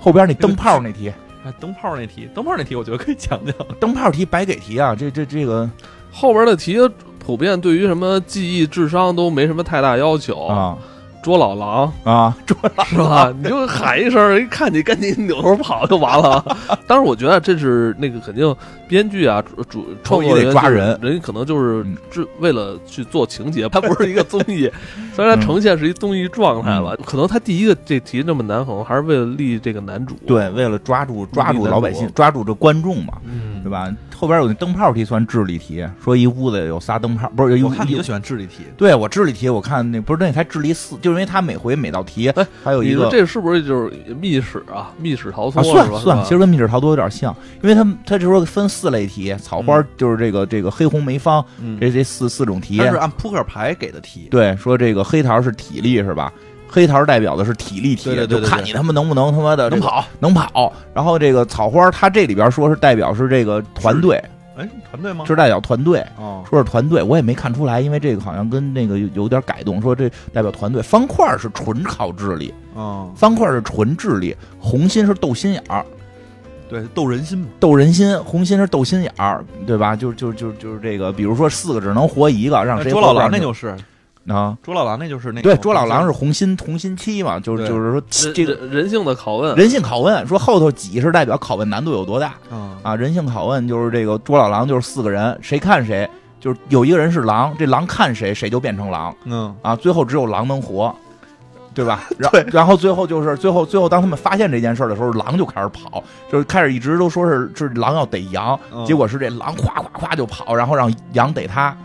Speaker 2: 后边那灯泡那题，
Speaker 3: 哎，灯泡那题，灯泡那题，我觉得可以讲讲。
Speaker 2: 灯泡题白给题啊，这这这个
Speaker 1: 后边的题普遍对于什么记忆、智商都没什么太大要求。
Speaker 2: 啊
Speaker 1: 捉老狼
Speaker 2: 啊，这
Speaker 1: 是吧？你就喊一声，一看你赶紧扭头跑就完了。当然，我觉得这是那个肯定编剧啊，主主创作人员
Speaker 2: 抓
Speaker 1: 就是
Speaker 2: 人
Speaker 1: 人可能就是
Speaker 2: 嗯
Speaker 1: 这为了去做情节，它不是一个综 艺，虽然它
Speaker 2: 嗯
Speaker 1: 呈现是一综艺状态了，可能他第一个这题那么难横，还是为了立这个男主。
Speaker 2: 对，为了抓住抓住老百姓，抓住这观众嘛，
Speaker 3: 嗯
Speaker 2: 对吧？后边有那灯泡题算智力题，说一屋子有仨灯泡，不是有
Speaker 3: 我
Speaker 2: 一
Speaker 3: 看你
Speaker 2: 一
Speaker 3: 就喜欢智力题，
Speaker 2: 对我智力题，我看那不是那才智力四，就是因为他每回每道题
Speaker 1: 哎
Speaker 2: 还有一
Speaker 1: 你
Speaker 2: 个
Speaker 1: 说这是不是就是密室啊？密室逃脱、
Speaker 2: 啊，算
Speaker 1: 是吧？
Speaker 2: 算，
Speaker 1: 是吧
Speaker 2: 其实跟密室逃脱有点像，因为他们他这时候分四类题，草花
Speaker 3: 嗯
Speaker 2: 就是这个这个黑红梅芳，
Speaker 3: 嗯
Speaker 2: 这这四四种题
Speaker 3: 它，是按扑克牌给的题，
Speaker 2: 对，说这个黑桃是体力是吧？黑桃代表的是体力题
Speaker 3: 对对，对
Speaker 2: 就
Speaker 3: 对
Speaker 2: 看
Speaker 3: 对
Speaker 2: 你他妈能不能他妈的这
Speaker 3: 能
Speaker 2: 个
Speaker 3: 跑。
Speaker 2: 能跑。然后这个草花，它这里边说是代表是这个团队，
Speaker 3: 哎，团队吗？
Speaker 2: 是代表团队，
Speaker 3: 哦，
Speaker 2: 说是团队，我也没看出来，因为这个好像跟那个有有点改动，说这代表团队。方块是纯靠智力，
Speaker 3: 哦，
Speaker 2: 方块是纯智力，红心是斗心眼儿，
Speaker 3: 对，斗人心嘛。
Speaker 2: 斗人心，红心是斗心眼儿，对吧？就就就就是这个，比如说四个只能活一个，让
Speaker 3: 那
Speaker 2: 谁
Speaker 3: 捉
Speaker 2: 活
Speaker 3: 老
Speaker 2: 不
Speaker 3: 狼
Speaker 2: 让
Speaker 3: 那
Speaker 2: 谁
Speaker 3: 就是
Speaker 2: 啊。
Speaker 3: 捉老狼那就是那个
Speaker 2: 对，捉老狼是红心同心七嘛，就是
Speaker 3: 对
Speaker 2: 就是说
Speaker 1: 人
Speaker 2: 这个
Speaker 1: 人人性的拷问。
Speaker 2: 呃人性拷问，说后头几是代表拷问难度有多大
Speaker 3: 啊
Speaker 2: 啊？人性拷问就是这个捉老狼就是四个人，谁看谁就是有一个人是狼，这狼看谁谁就变成狼
Speaker 3: 嗯
Speaker 2: 啊，最后只有狼能活，对 吧？然后然后最后就是最后最后当他们发现这件事儿的时候，狼就开始跑，就是开始一直都说是是狼要逮羊，
Speaker 3: 嗯
Speaker 2: 结果是这狼咵咵咵就跑，然后让羊逮它。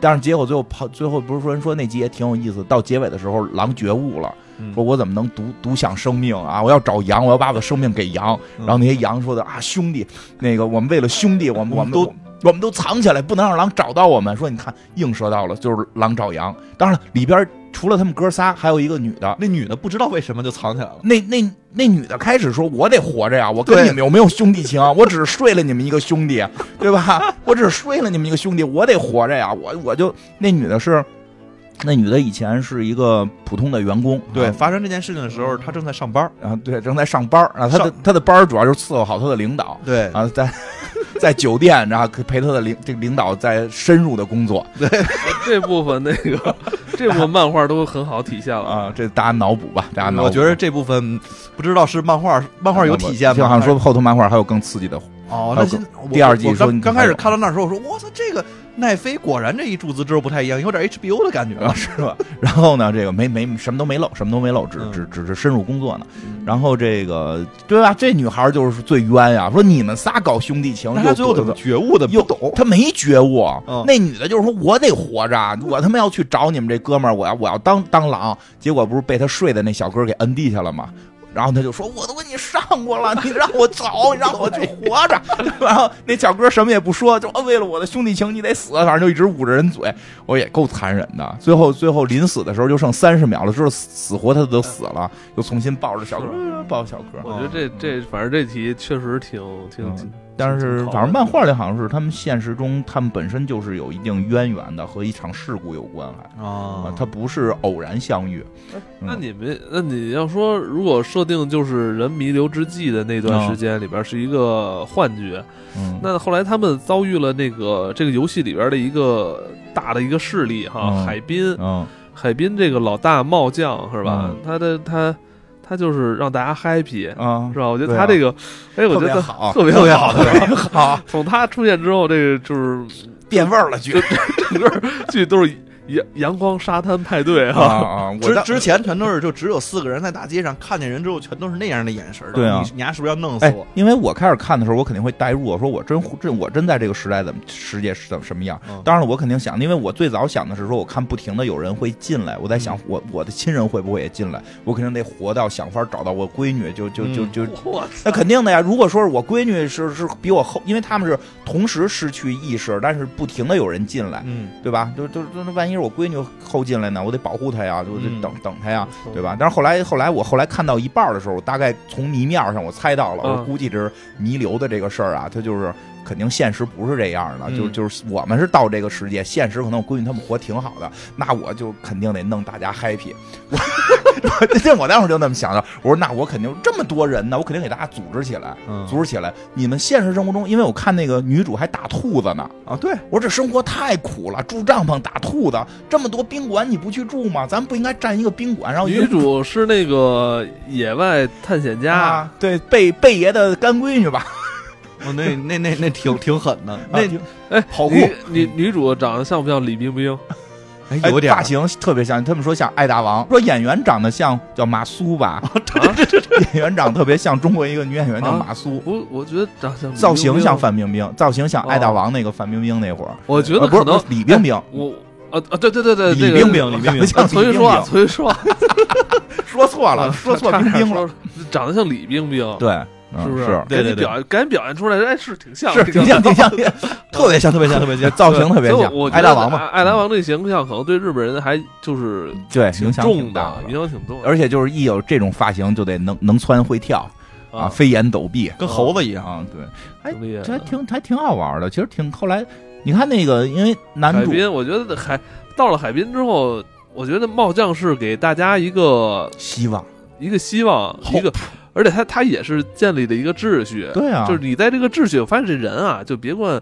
Speaker 2: 但是结果最后跑，最后不是说人说那集也挺有意思，到结尾的时候狼觉悟了，
Speaker 3: 嗯
Speaker 2: 说我怎么能独独享生命啊？我要找羊，我要把我的生命给羊。
Speaker 3: 嗯
Speaker 2: 然后那些羊说的啊，兄弟，那个我们为了兄弟，我们
Speaker 3: 我
Speaker 2: 我
Speaker 3: 们
Speaker 2: 们
Speaker 3: 都
Speaker 2: 都。我们都藏起来，不能让狼找到我们。说你看，映射到了，就是狼找羊。当然了，里边除了他们哥仨，还有一个女的。
Speaker 3: 那女的不知道为什么就藏起来了。
Speaker 2: 那那那女的开始说：“我得活着呀，我跟
Speaker 3: 对
Speaker 2: 你们有没有兄弟情啊？我只是睡了你们一个兄弟，对吧？我只是睡了你们一个兄弟，我得活着呀！我我就那女的是，那女的以前是一个普通的员工，
Speaker 3: 对，
Speaker 2: 啊
Speaker 3: 发生这件事情的时候，她正在上班。
Speaker 2: 啊，对，正在上班儿啊，他的
Speaker 3: 上
Speaker 2: 他的班儿主要就是伺候好他的领导
Speaker 3: 对
Speaker 2: 啊，在 在酒店，然后陪他的领这个领导在深入的工作
Speaker 1: 这部分那 个这部分漫画都很好体现了
Speaker 2: 啊，这大家脑补吧，大家脑补。
Speaker 3: 嗯我觉得这部分不知道是漫画，漫画有体现
Speaker 2: 就
Speaker 3: 吗？
Speaker 2: 好像说后头漫画还有更刺激的，
Speaker 3: 哦，
Speaker 2: 还
Speaker 3: 那
Speaker 2: 有
Speaker 3: 现
Speaker 2: 个
Speaker 3: 我
Speaker 2: 第二季
Speaker 3: 我
Speaker 2: 说
Speaker 3: 刚
Speaker 2: 你
Speaker 3: 刚
Speaker 2: 还
Speaker 3: 开始
Speaker 2: 有
Speaker 3: 看到那儿的时候，我说我操，这个奈飞果然这一注资之后不太一样，有点 HBO 的感觉
Speaker 2: 啊，是吧？ 然后呢，这个没没什么都没漏，什么都没漏，只
Speaker 3: 嗯
Speaker 2: 只只是深入工作呢。
Speaker 3: 嗯
Speaker 2: 然后这个对吧？这女孩就是最冤呀，说你们仨搞兄弟情，
Speaker 3: 那他最后
Speaker 2: 又
Speaker 3: 怎么觉悟的？
Speaker 2: 又
Speaker 3: 不懂。
Speaker 2: 他没觉悟
Speaker 3: 嗯。
Speaker 2: 那女的就是说我得活着，我他妈要去找你们这哥们儿，我要我要当当狼。结果不是被他睡的那小哥给摁地下了吗？然后他就说：“我都跟你上过了，你让我走，你让我去活着。” 然后那小哥什么也不说，就啊为了我的兄弟情，你得死，反正就一直捂着人嘴。我也够残忍的。最后最后临死的时候就剩三十秒了，知道死活他都死了，又重新抱着小哥，呃抱小哥。
Speaker 1: 我觉得这这反正这题确实挺挺
Speaker 2: 嗯
Speaker 1: 挺，
Speaker 2: 但是
Speaker 1: 挺好
Speaker 2: 反正
Speaker 1: 的
Speaker 2: 漫画里好像是他们现实中他们本身就是有一定渊源的，和一场事故有关还。
Speaker 3: 啊
Speaker 2: 他不是偶然相遇，嗯
Speaker 1: 那你们，那你要说，如果设定就是人弥留之际的那
Speaker 2: 啊
Speaker 1: 段时间里边是一个幻觉，
Speaker 2: 嗯，
Speaker 1: 那后来他们遭遇了那个这个游戏里边的一个大的一个势力哈，
Speaker 2: 嗯
Speaker 1: 海滨，
Speaker 2: 嗯
Speaker 1: 海滨这个老大帽将是吧？
Speaker 2: 嗯
Speaker 1: 他的他他就是让大家 happy
Speaker 2: 啊
Speaker 1: 是，吧？我觉得
Speaker 2: 对啊
Speaker 1: 他这个，哎，我觉
Speaker 2: 特别
Speaker 1: 得
Speaker 2: 好，
Speaker 1: 特别
Speaker 2: 特别
Speaker 1: 好
Speaker 2: 特别好，
Speaker 1: 从他出现之后，这个就是
Speaker 2: 变味儿了，
Speaker 1: 就
Speaker 2: 剧
Speaker 1: 整个剧都是阳阳光沙滩派对
Speaker 2: 啊
Speaker 1: 哈。
Speaker 2: 啊！我
Speaker 3: 之
Speaker 2: 当
Speaker 3: 之前全都是就只有四个人在大街上看见人之后，全都是那样的眼神儿的。
Speaker 2: 对啊
Speaker 3: 你你丫是不是要弄死
Speaker 2: 哎
Speaker 3: 我？，
Speaker 2: 因为我开始看的时候，我肯定会代入，我说我真这我真在这个时代怎么世界是怎么什么样
Speaker 3: 嗯？
Speaker 2: 当然了，我肯定想，因为我最早想的是说，我看不停的有人会进来，我在想
Speaker 3: 嗯
Speaker 2: 我我的亲人会不会也进来？我肯定得活到想法找到我闺女，就就就
Speaker 3: 嗯
Speaker 2: 就
Speaker 1: 我
Speaker 2: 那肯定的呀。如果说是我闺女是是比我后，因为他们是同时失去意识，但是不停的有人进来，
Speaker 3: 嗯，
Speaker 2: 对吧？就就就那万一是我闺女后进来呢，我得保护她呀，我得
Speaker 3: 嗯
Speaker 2: 等等她呀，对吧？但是后来后来我后来看到一半儿的时候，我大概从谜面上我猜到了，
Speaker 1: 嗯
Speaker 2: 我估计这是弥留的这个事儿啊，它就是肯定现实不是这样的，
Speaker 3: 嗯
Speaker 2: 就就是我们是到这个世界，现实可能我闺女他们活挺好的，那我就肯定得弄大家 happy。我 这我当时就那么想的，我说那我肯定这么多人呢，我肯定给大家组织起来，
Speaker 3: 嗯
Speaker 2: 组织起来。你们现实生活中，因为我看那个女主还打兔子呢，
Speaker 3: 啊，对，
Speaker 2: 我说这生活太苦了，住帐篷打兔子，这么多宾馆你不去住吗？咱不应该占一个宾馆，然后一个
Speaker 1: 女主是那个野外探险家，
Speaker 2: 啊，对贝贝爷的干闺女吧？啊
Speaker 3: 哦那那那那挺啊挺狠的，那
Speaker 1: 哎，
Speaker 2: 跑酷
Speaker 1: 女女女主长得像不像李冰冰？
Speaker 3: 哎
Speaker 2: 哎
Speaker 3: 有点儿
Speaker 2: 发型特别像，他们说像爱达王，说演员长得像叫马苏吧？
Speaker 1: 啊
Speaker 2: 啊演员长得特别像中国一个女演员叫马苏，
Speaker 1: 不，我觉得长得像李冰冰
Speaker 2: 造型像范冰冰，造型像爱达王那个范冰冰那会儿。
Speaker 1: 我哦觉得
Speaker 2: 呃不是
Speaker 1: 可能
Speaker 2: 不是李冰冰，
Speaker 1: 我啊啊，对对对对，
Speaker 3: 李冰冰，李冰
Speaker 2: 长
Speaker 3: 冰
Speaker 2: 得，像
Speaker 1: 所
Speaker 2: 李
Speaker 1: 以
Speaker 2: 冰
Speaker 1: 说啊，
Speaker 2: 冰，
Speaker 1: 所以说啊
Speaker 2: 说错了，说错
Speaker 1: 差
Speaker 2: 冰
Speaker 1: 差点
Speaker 2: 冰了，
Speaker 1: 说长得像李冰冰，
Speaker 2: 对，嗯
Speaker 1: 是不
Speaker 2: 是？
Speaker 3: 对
Speaker 1: 赶
Speaker 3: 对
Speaker 1: 紧
Speaker 3: 对
Speaker 1: 表赶紧表现出来，哎，是挺像，
Speaker 2: 是 挺像，挺像，
Speaker 3: 特别像，特别像，特别像。
Speaker 2: 造型特别
Speaker 1: 所以
Speaker 2: 像
Speaker 1: 我觉
Speaker 2: 爱
Speaker 1: 得啊
Speaker 2: 达王嘛，
Speaker 1: 爱达王这形象可能对日本人还就是
Speaker 2: 对，
Speaker 1: 挺
Speaker 2: 影响
Speaker 1: 重
Speaker 2: 挺大
Speaker 1: 的，影响挺重的，
Speaker 2: 而且就是一有这种发型就得能能窜会跳啊，
Speaker 1: 啊，
Speaker 2: 飞檐走壁
Speaker 3: 跟猴子一样，
Speaker 2: 啊，对。哎
Speaker 1: 挺厉害
Speaker 2: 这
Speaker 1: 的
Speaker 2: 还。挺还挺好玩的，其实挺后来，你看那个，因为男
Speaker 1: 海
Speaker 2: 主
Speaker 1: 滨，我觉得海到了海滨之后，我觉得帽将是给大家一个
Speaker 2: 希望，
Speaker 1: 一个希望，
Speaker 2: Hope
Speaker 1: 一个，而且他他也是建立了一个秩序，
Speaker 2: 对啊，
Speaker 1: 就是你在这个秩序，我发现这人啊，就别管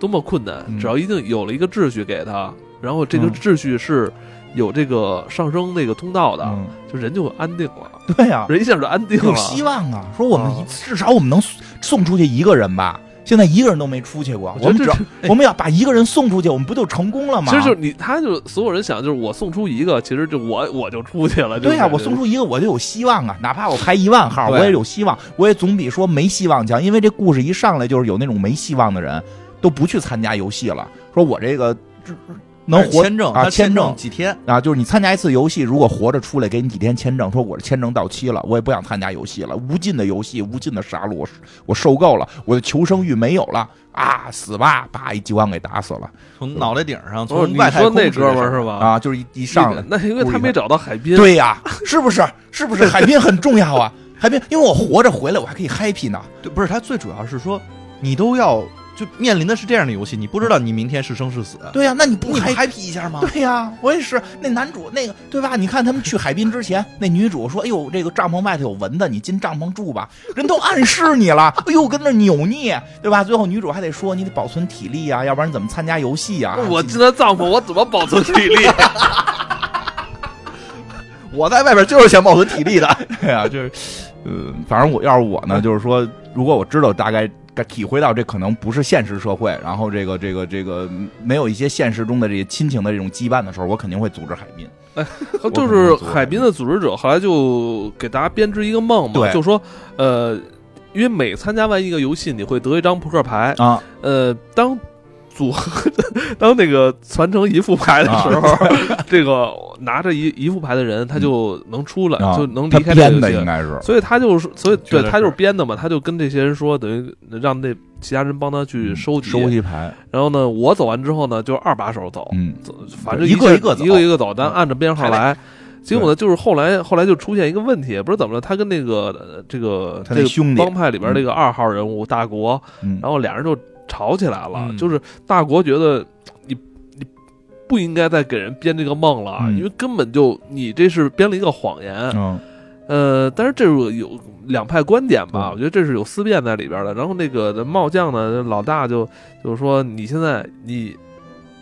Speaker 1: 多么困难，
Speaker 2: 嗯
Speaker 1: 只要一定有了一个秩序给他，然后这个
Speaker 2: 嗯
Speaker 1: 秩序是有这个上升那个通道的，
Speaker 2: 嗯，
Speaker 1: 就人就安定了，
Speaker 2: 对啊，
Speaker 1: 人一下就安定
Speaker 2: 有
Speaker 1: 了。
Speaker 2: 希望啊，说我们
Speaker 1: 啊
Speaker 2: 一至少我们能送送出去一个人吧。现在一个人都没出去过，
Speaker 1: 我觉
Speaker 2: 我
Speaker 1: 得
Speaker 2: 们只
Speaker 1: 这哎
Speaker 2: 要哎我们要把一个人送出去，我们不就成功了吗？
Speaker 1: 其实就是你，他就所有人想，就是我送出一个，其实就我我就出去了。
Speaker 2: 啊对呀、
Speaker 1: 呀、
Speaker 2: 我送出一个我就有希望啊，哪怕我开一万号，
Speaker 3: 对
Speaker 2: 我也有希望，我也总比说没希望强。因为这故事一上来就是有那种没希望的人都不去参加游戏了，说我这个这能活
Speaker 3: 哎签证
Speaker 2: 啊
Speaker 3: 他
Speaker 2: 签
Speaker 3: 签
Speaker 2: 证
Speaker 3: 几天，
Speaker 2: 啊，就是你参加一次游戏，如果活着出来给你几天签证，说我的签证到期了，我也不想参加游戏了，无尽的游戏，无尽的杀戮，我我受够了，我的求生欲没有了啊，死吧，把一激光给打死了
Speaker 3: 从脑袋顶上，
Speaker 1: 不是
Speaker 3: 从
Speaker 1: 你
Speaker 3: 外太
Speaker 1: 说
Speaker 3: 空
Speaker 1: 那
Speaker 3: 直
Speaker 1: 哥们
Speaker 3: 接
Speaker 1: 儿
Speaker 3: 上
Speaker 1: 是吧？，
Speaker 2: 啊，就是一一上来，
Speaker 1: 那因为他没找到海滨，
Speaker 2: 对呀、 是不是？是 不是海滨很重要啊？海滨，因为我活着回来，我还可以 happy 呢。
Speaker 3: 对，不是他最主要是说，你都要就面临的是这样的游戏，你不知道你明天是生是死，
Speaker 2: 对呀、那你不
Speaker 3: 你
Speaker 2: happy？
Speaker 3: happy 一下吗？
Speaker 2: 对呀、我也是。那男主那个对吧？你看他们去海滨之前， 那女主说：“哎呦，这个帐篷外头有蚊子，你进帐篷住吧。” 人都暗示你了， 哎呦，跟那扭捏，对吧？最后女主还得说：“你得保存体力啊，要不然你怎么参加游戏啊？”
Speaker 1: 我进了帐篷，我怎么保存体力？
Speaker 3: 我在外边就是想保存体力的，
Speaker 2: 对啊，就是，呃，反正我要是我呢，就是说，如果我知道大概。体会到这可能不是现实社会，然后这个这个这个没有一些现实中的这些亲情的这种羁绊的时候，我肯定会组织海滨。
Speaker 1: 就是海滨的组织者后来就给大家编织一个梦嘛，
Speaker 2: 对
Speaker 1: 就说，呃，因为每参加完一个游戏，你会得一张扑克牌，
Speaker 2: 啊，
Speaker 1: 呃，当组当那个传承一副牌的时候，
Speaker 2: 啊
Speaker 1: 这个拿着一一副牌的人，他就能出来，
Speaker 2: 啊
Speaker 1: 就能
Speaker 2: 他
Speaker 1: 离开这
Speaker 2: 编
Speaker 1: 个
Speaker 2: 的
Speaker 1: 游
Speaker 2: 应
Speaker 1: 戏。
Speaker 2: 该是
Speaker 1: 所以他就是，所以
Speaker 3: 确
Speaker 1: 对
Speaker 3: 实
Speaker 1: 他
Speaker 3: 是
Speaker 1: 就是编的嘛，他就跟这些人说，等于让那其他人帮他去收集。
Speaker 2: 嗯收集牌，
Speaker 1: 然后呢，我走完之后呢，就二把手走，
Speaker 2: 嗯，
Speaker 1: 走反正
Speaker 2: 一个
Speaker 1: 下
Speaker 2: 一个走嗯
Speaker 1: 一个一个走，咱按着编号
Speaker 3: 排
Speaker 1: 来。结果呢，就是后来后来就出现一个问题，不是怎么了？他跟那个呃这个
Speaker 2: 他
Speaker 1: 这
Speaker 2: 那
Speaker 1: 个
Speaker 2: 兄弟
Speaker 1: 帮派里边这个二号人物大国，
Speaker 2: 嗯
Speaker 1: 然后俩人就吵起来了。
Speaker 3: 嗯
Speaker 1: 就是大国觉得你你不应该再给人编这个梦了，啊
Speaker 2: 嗯
Speaker 1: 因为根本就你这是编了一个谎言。
Speaker 2: 嗯
Speaker 1: 呃，但是这个有两派观点吧，
Speaker 2: 嗯
Speaker 1: 我觉得这是有思辨在里边的。然后那个帽将呢，老大就就是说，你现在你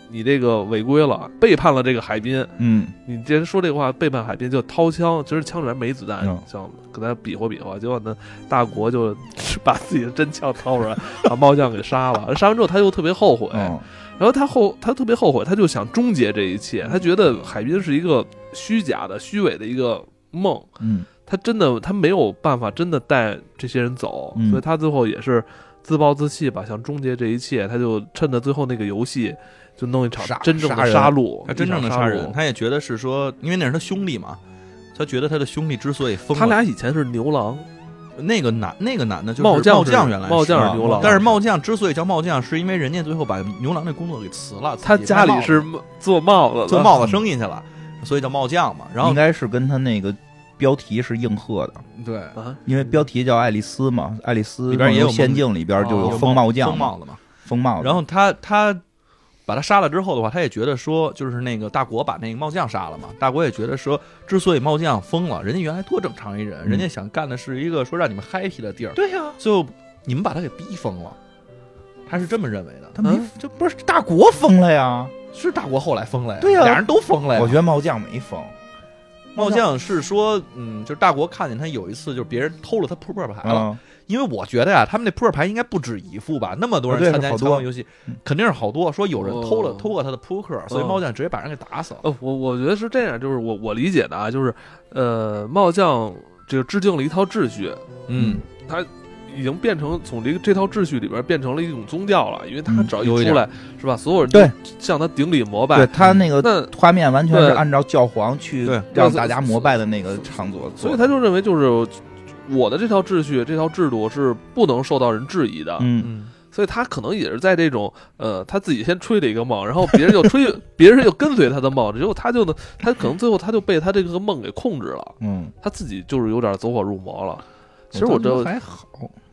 Speaker 1: 你这个违规了，背叛了这个海滨。
Speaker 2: 嗯
Speaker 1: 你既然说这个话，背叛海滨就掏枪，其实枪里面没子弹
Speaker 2: 嗯，
Speaker 1: 想跟他比划比划。结果呢，大国就把自己的真枪掏出来，把帽将给杀了。杀完之后，他又特别后悔，
Speaker 2: 嗯
Speaker 1: 然后他后他特别后悔，他就想终结这一切。他觉得海滨是一个虚假的、虚伪的一个梦。
Speaker 2: 嗯
Speaker 1: 他真的他没有办法真的带这些人走，
Speaker 2: 嗯
Speaker 1: 所以他最后也是自暴自弃吧，想终结这一切，他就趁着最后那个游戏就弄一场
Speaker 2: 杀
Speaker 1: 真正
Speaker 2: 杀
Speaker 1: 的
Speaker 2: 人
Speaker 1: 杀戮，
Speaker 3: 他真正的
Speaker 1: 一场
Speaker 3: 杀
Speaker 1: 杀
Speaker 3: 人，。他也觉得是说，因为那是他兄弟嘛，他觉得他的兄弟之所以疯
Speaker 1: 他
Speaker 3: 了，
Speaker 1: 俩以前是牛郎，
Speaker 3: 那个男那个男的就是
Speaker 1: 帽将
Speaker 3: 帽
Speaker 1: 是
Speaker 3: 将原来
Speaker 1: 帽将
Speaker 3: 是
Speaker 1: 是牛郎
Speaker 3: 但是帽将之所以叫帽将，是因为人家最后把牛郎那工作给辞了，
Speaker 1: 他
Speaker 3: 自己卖
Speaker 1: 家里是
Speaker 3: 帽
Speaker 1: 做帽子
Speaker 3: 子
Speaker 1: 的，
Speaker 3: 做帽子生意去了，所以叫帽将嘛。然后
Speaker 2: 应该是跟他那个标题是应和的，
Speaker 3: 对
Speaker 1: 啊，
Speaker 2: 因为标题叫《爱丽丝》嘛，《爱丽丝
Speaker 3: 里边也有
Speaker 2: 梦游仙境》里边就
Speaker 1: 哦
Speaker 2: 有风帽将
Speaker 3: 风
Speaker 2: 嘛、
Speaker 3: 帽子嘛。
Speaker 2: 风帽的，
Speaker 3: 然后他他把他杀了之后的话，他也觉得说，就是那个大国把那个帽将杀了嘛。大国也觉得说，之所以帽将疯了，人家原来多正常一人，
Speaker 2: 嗯
Speaker 3: 人家想干的是一个说让你们 happy 的地儿，
Speaker 1: 对呀，
Speaker 3: 最后你们把他给逼疯了。他是这么认为的，
Speaker 2: 他没
Speaker 1: 嗯
Speaker 2: 这不是大国疯了呀？
Speaker 3: 是大国后来疯了呀，
Speaker 2: 对呀
Speaker 3: 俩人都疯了哎呀。
Speaker 2: 我觉得帽将没疯，
Speaker 3: 帽将是说，嗯，就是大国看见他有一次，就是别人偷了他扑克牌了，
Speaker 2: 嗯，
Speaker 3: 因为我觉得呀、他们那扑克牌应该不止一副吧，那么哦多人
Speaker 2: 对
Speaker 3: 参加
Speaker 2: 是好
Speaker 3: 一
Speaker 2: 多
Speaker 3: 场游戏
Speaker 2: 嗯，
Speaker 3: 肯定是好多。说有人偷了、
Speaker 1: 哦
Speaker 3: 偷过他的扑克，所以
Speaker 1: 哦
Speaker 3: 帽将直接把人给打死了。
Speaker 1: 呃，我我觉得是这样，就是我我理解的啊，就是呃，帽将这个制定了一套秩序，
Speaker 3: 嗯，
Speaker 1: 已经变成从这个这套秩序里边变成了一种宗教了，因为他
Speaker 2: 嗯
Speaker 1: 只要
Speaker 3: 有一
Speaker 1: 一出
Speaker 3: 点
Speaker 1: 来，是吧，所有人
Speaker 2: 对
Speaker 1: 都向他顶礼膜拜
Speaker 2: 对，他那个
Speaker 1: 那
Speaker 2: 画面完全是
Speaker 1: 对
Speaker 2: 按照教皇去
Speaker 3: 对
Speaker 2: 让大家膜拜的那个场所做
Speaker 1: 所
Speaker 2: 的，
Speaker 1: 以他就认为就是我的这套秩序、这套制度是不能受到人质疑的，
Speaker 2: 嗯，
Speaker 3: 嗯，
Speaker 1: 所以他可能也是在这种呃他自己先吹了一个梦，然后别人就吹， 别人就跟随他的梦，结果他就能他可能最后他就被他这个梦给控制了，
Speaker 2: 嗯，
Speaker 1: 他自己就是有点走火入魔了。其实我这
Speaker 2: 还好，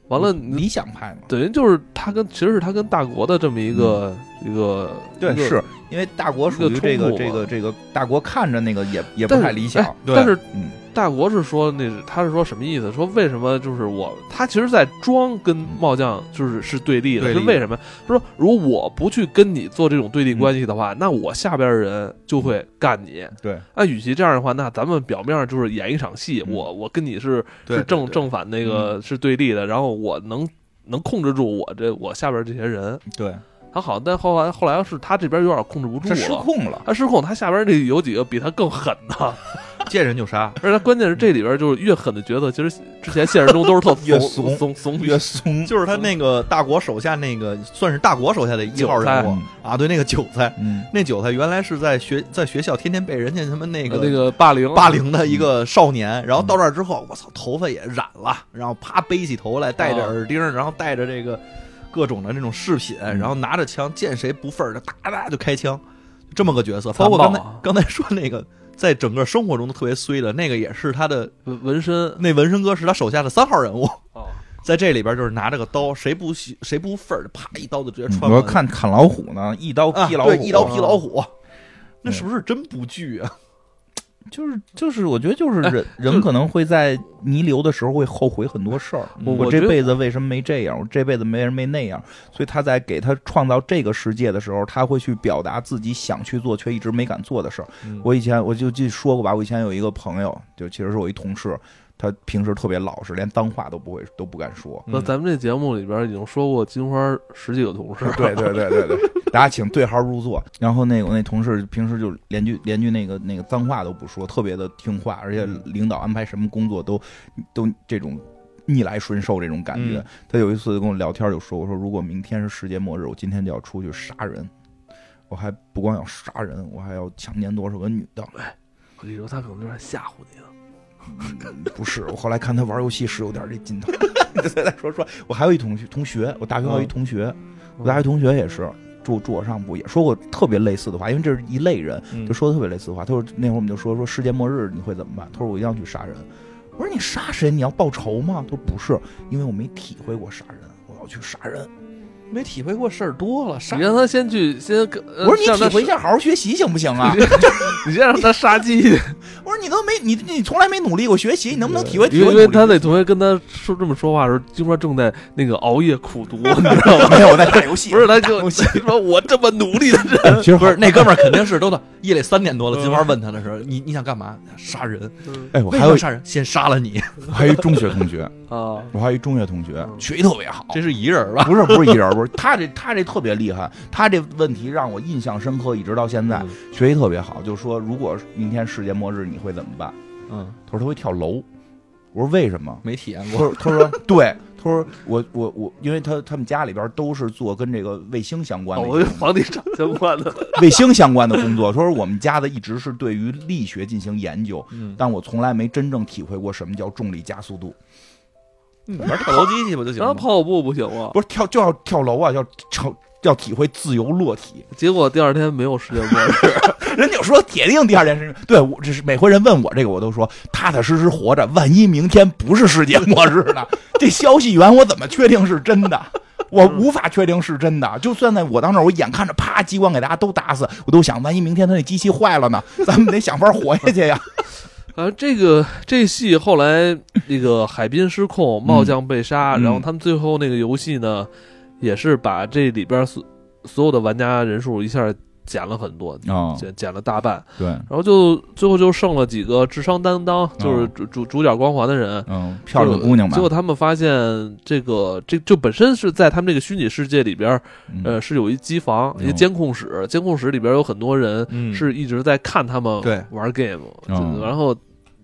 Speaker 1: 完了，
Speaker 2: 理想派嘛。
Speaker 1: 等于就是他跟其实是他跟大国的这么一个、一个
Speaker 2: 对，
Speaker 1: 一个
Speaker 2: 是因为大国属于这
Speaker 1: 一个
Speaker 2: 个这
Speaker 1: 冲突
Speaker 2: 个
Speaker 1: 吧
Speaker 2: 这个大国看着那个也也不太理
Speaker 1: 哎
Speaker 2: 想，
Speaker 3: 对
Speaker 1: 但是
Speaker 2: 嗯
Speaker 1: 大国是说那是他是说什么意思？说为什么就是我他其实在装跟帽将就是是对立的，
Speaker 3: 对立
Speaker 1: 是为什么？他说如果我不去跟你做这种对立关系的话，那我下边的人就会干你。
Speaker 2: 对，
Speaker 1: 那与其这样的话，那咱们表面上就是演一场戏，
Speaker 2: 嗯
Speaker 1: 我我跟你是
Speaker 3: 对
Speaker 1: 是
Speaker 3: 对
Speaker 1: 正
Speaker 3: 对
Speaker 1: 正反那个是对立的，然后我能能控制住我这我下边这些人。
Speaker 2: 对，
Speaker 1: 他好，但后来后来是他这边有点控制不住
Speaker 2: 他失
Speaker 1: 了。
Speaker 2: 控了，
Speaker 1: 他失控，他下边这有几个比他更狠的，
Speaker 3: 见人就杀。
Speaker 1: 而且他关键是这里边就是越狠的角色，其实之前现实中都是特
Speaker 2: 越
Speaker 1: 怂怂
Speaker 2: 怂
Speaker 1: 怂
Speaker 2: 越松，
Speaker 3: 就是他那个大国手下那个算是大国手下的一号人物
Speaker 2: 韭
Speaker 3: 啊，对，那个韭菜，
Speaker 2: 嗯，
Speaker 3: 那韭菜原来是在学在学校天天被人家他们那个
Speaker 1: 那个霸凌
Speaker 3: 霸凌的一
Speaker 2: 嗯
Speaker 3: 个少年，然后到这儿之后，我操，头发也染了，然后啪背起头来，戴着耳钉，然后戴着这个各种的那种饰品，
Speaker 2: 嗯
Speaker 3: 然后拿着枪，见谁不忿儿就哒哒就开枪，就这么个角色。
Speaker 1: 残
Speaker 3: 包
Speaker 1: 暴
Speaker 3: 括
Speaker 1: 啊
Speaker 3: 刚才刚才说那个，在整个生活中都特别衰的那个，也是他的
Speaker 1: 纹纹身
Speaker 3: 那纹身哥是他手下的三号人物，
Speaker 1: 哦，
Speaker 3: 在这里边就是拿着个刀，谁不喜谁不忿儿，啪一刀就直接
Speaker 2: 我
Speaker 3: 穿过
Speaker 2: 说
Speaker 3: 去。
Speaker 2: 看砍老虎呢，一刀
Speaker 3: 啊，
Speaker 2: 劈老虎，
Speaker 3: 对，一刀劈老虎，啊那
Speaker 2: 嗯
Speaker 3: 是不是真不惧啊？
Speaker 2: 就是就是，我觉得就是
Speaker 1: 哎
Speaker 2: 人、人可能会在弥留的时候会后悔很多事儿。
Speaker 1: 嗯我
Speaker 2: 我
Speaker 1: 觉
Speaker 2: 这
Speaker 1: 得
Speaker 2: 辈子为什么没这样？我这辈子没人没那样？所以他在给他创造这个世界的时候，他会去表达自己想去做却一直没敢做的事儿。
Speaker 3: 嗯
Speaker 2: 我以前我就记说过吧，我以前有一个朋友，就其实是我一同事，他平时特别老实，连脏话都不会都不敢说。
Speaker 1: 那咱们这节目里边已经说过金花十几个同事，
Speaker 2: 对对对对对，大家请对号入座。然后那个我那同事平时就连句连句那个那个脏话都不说，特别的听话，而且领导安排什么工作都都这种逆来顺受这种感觉。
Speaker 3: 嗯
Speaker 2: 他有一次跟我聊天就说：“我说如果明天是世界末日，我今天就要出去杀人，我还不光要杀人，我还要强奸多少个女的。
Speaker 1: 你说他可能就是在吓唬啊你呢。
Speaker 2: 不是，我后来看他玩游戏是有点这劲头。 再说说，我还有一同学，同学，我大学还有一同学，我
Speaker 1: 嗯
Speaker 2: 大学同学也是住住我上铺，也说过特别类似的话，因为这是一类人，
Speaker 3: 嗯
Speaker 2: 就说的特别类似的话。他说那会儿我们就说说世界末日你会怎么办？他说我一定要去杀人。我说你杀谁？你要报仇吗？他说不是，因为我没体会过杀人，我要去杀人。
Speaker 3: 没体会过事儿多了，杀
Speaker 1: 你让他先去先跟，呃
Speaker 2: 我说你
Speaker 1: 让他
Speaker 2: 体会一下，好好学习行不行啊
Speaker 1: 你？ 你先让他杀鸡，
Speaker 2: 我说你都没你你从来没努力过学习，你能不能体会体
Speaker 1: 因
Speaker 2: 会
Speaker 1: 为
Speaker 2: 努
Speaker 1: 因
Speaker 2: 力？
Speaker 1: 为他那同学跟他说这么说话的时候，听说正在那个熬夜苦读，你 知道 吗？
Speaker 2: 没有我在打游戏，
Speaker 1: 不是，他就说我这么努力的嗯人，
Speaker 2: 其 实
Speaker 3: 不是那哥们儿肯定是都到夜里三点多了，金花问他的时候，你你想干嘛？杀人？
Speaker 2: 哎，我
Speaker 3: 为
Speaker 2: 还
Speaker 3: 什么
Speaker 2: 有
Speaker 3: 杀人？先杀了你，
Speaker 1: 哦
Speaker 2: 我还有一中学同学，
Speaker 1: 啊，
Speaker 2: 我还有一中学同学
Speaker 1: 嗯
Speaker 2: 学习特别好，
Speaker 3: 这是一人吧？
Speaker 2: 不是不是一人，不是他这他这特别厉害，他这问题让我印象深刻，一直到现
Speaker 3: 嗯
Speaker 2: 在，学习特别好。就说如果明天世界末日你会怎么办？
Speaker 3: 嗯，
Speaker 2: 他说他会跳楼。我说为什么？
Speaker 3: 没体验
Speaker 2: 他
Speaker 3: 过。
Speaker 2: 说他说对，他说我我我，因为他他们家里边都是做跟这个卫星相
Speaker 3: 哦
Speaker 2: 关的
Speaker 1: 我
Speaker 2: 一
Speaker 1: 跟
Speaker 2: 些
Speaker 1: 房地产相关的，
Speaker 2: 卫星相关的工作。他说我们家的一直是对于力学进行研究，
Speaker 3: 嗯，
Speaker 2: 但我从来没真正体会过什么叫重力加速度。
Speaker 1: 嗯
Speaker 3: 玩跳楼机去不就行
Speaker 1: 然后
Speaker 3: 了？
Speaker 1: 啊跑跑步不行吗？
Speaker 2: 不是跳就要跳楼啊，要跳要体会自由落体。
Speaker 1: 结果第二天没有世界末日，
Speaker 2: 人家有说铁定第二件事情，对我这是每回人问我这个，我都说踏踏实实活着，万一明天不是世界末日呢？这消息源我怎么确定是真的？我无法确定是真的，就算在我当那儿，我眼看着啪激光给大家都打死，我都想，万一明天他那机器坏了呢？咱们得想法活下去呀。
Speaker 1: 反正啊这个这戏后 来那个海滨失控，帽将被杀，
Speaker 2: 嗯
Speaker 1: 然后他们最后那个游戏呢，也是把这里边所所有的玩家人数一下减了很多，
Speaker 2: 哦，
Speaker 1: 减减了大半，
Speaker 2: 对，
Speaker 1: 然后就最后就剩了几个智商担当，就是
Speaker 2: 哦
Speaker 1: 主主主角光环的人。
Speaker 2: 嗯，
Speaker 1: 结果他们发现这个这就本身是在他们这个虚拟世界里边，呃，是有一机房，一个
Speaker 2: 嗯
Speaker 1: 监控室，监控室里边有很多人
Speaker 3: 嗯
Speaker 1: 是一直在看他们
Speaker 3: 对
Speaker 1: 玩 game，
Speaker 2: 嗯
Speaker 1: 就然后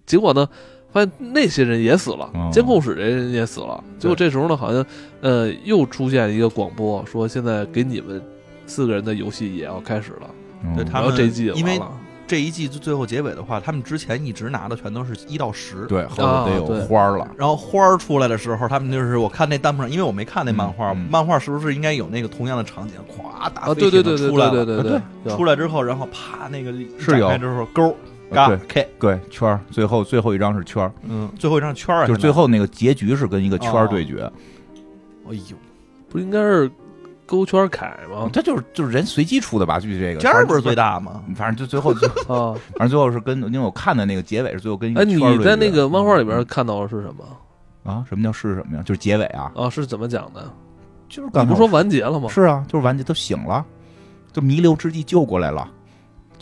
Speaker 1: 结果呢，发现那些人也死了
Speaker 2: 哦，
Speaker 1: 监控室这些人也死了。结果
Speaker 3: 对
Speaker 1: 这时候呢，好像呃又出现一个广播说，现在给你们四个人的游戏也要开始了，
Speaker 2: 嗯
Speaker 3: 对他
Speaker 1: 然后
Speaker 3: 们
Speaker 1: 这一季也
Speaker 3: 因
Speaker 1: 完
Speaker 3: 为
Speaker 1: 了。
Speaker 3: 这一季最后结尾的话，他们之前一直拿的全都是一到十。。
Speaker 2: 对，
Speaker 1: 后头得有啊对
Speaker 2: 花了，
Speaker 3: 然后花儿出来的时候，他们就是我看那弹幕上，因为我没看那漫画，
Speaker 2: 嗯嗯
Speaker 3: 漫画是不是应该有那个同样的场景？咵，大
Speaker 1: 啊，
Speaker 3: 飞
Speaker 1: 对对
Speaker 3: 艇就
Speaker 1: 对对
Speaker 3: 出来
Speaker 1: 对对
Speaker 3: 了，嗯
Speaker 1: 对对，有
Speaker 3: 出来之后，然后啪，那个一
Speaker 2: 是有
Speaker 3: 展开之后勾，嘎 K，
Speaker 2: 呃对圈儿，最后最后一张是圈儿，
Speaker 3: 嗯，最后一张圈儿啊，
Speaker 2: 就是
Speaker 3: 现
Speaker 2: 哦
Speaker 3: 在
Speaker 2: 最，后那个结局是跟一个圈儿对决，
Speaker 3: 哎呦，
Speaker 1: 啊 不应该是勾圈凯吗？
Speaker 2: 他哦就是就是人随机出的吧？据这个嗯
Speaker 3: 这儿不是最，大吗？
Speaker 2: 反正就最后就
Speaker 1: 啊，
Speaker 2: 反正最后是跟因为我看的那个结尾是最后跟一
Speaker 1: 哎，
Speaker 2: 个
Speaker 1: 你
Speaker 2: 圈儿对决嗯
Speaker 1: 在那个漫画里
Speaker 3: 嗯
Speaker 1: 边看到的是什么
Speaker 2: 啊？什么叫是什么呀？就是结尾啊，
Speaker 1: 啊？是怎么讲的？
Speaker 2: 就是
Speaker 1: 你
Speaker 2: 刚
Speaker 1: 不
Speaker 2: 才我
Speaker 1: 说完结了吗？
Speaker 2: 是啊，就是完结都醒了，就弥留之际救过来了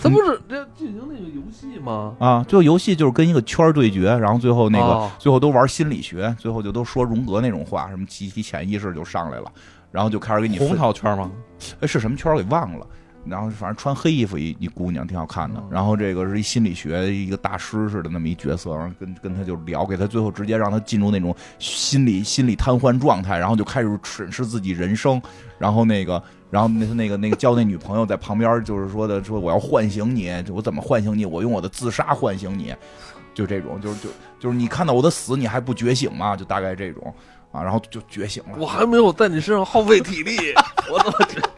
Speaker 1: 他不是这进行那个游戏吗？
Speaker 2: 啊！最后游戏就是跟一个圈儿对决，然后最后那个、
Speaker 1: 哦
Speaker 2: 最后都玩心理学，最后就都说荣格那种话，什么集体潜意识就上来了，然后就开始给你分
Speaker 3: 红桃圈 吗？
Speaker 2: 哎，是什么圈儿我给忘了。然后反正穿黑衣服一一姑娘挺好看的
Speaker 1: 嗯，
Speaker 2: 然后这个是一心理学一个大师似的那么一角色，然后跟跟他就聊，给他最后直接让他进入那种心理心理瘫痪状态，然后就开始审视自己人生，然后那个然后那那个那个交那女朋友在旁边就是说的说我要唤醒你，我怎么唤醒你？我用我的自杀唤醒你，就这种就是就就是你看到我的死你还不觉醒吗？就大概这种啊，然后就觉醒了，
Speaker 1: 我还没有在你身上耗费体 力，我怎么觉得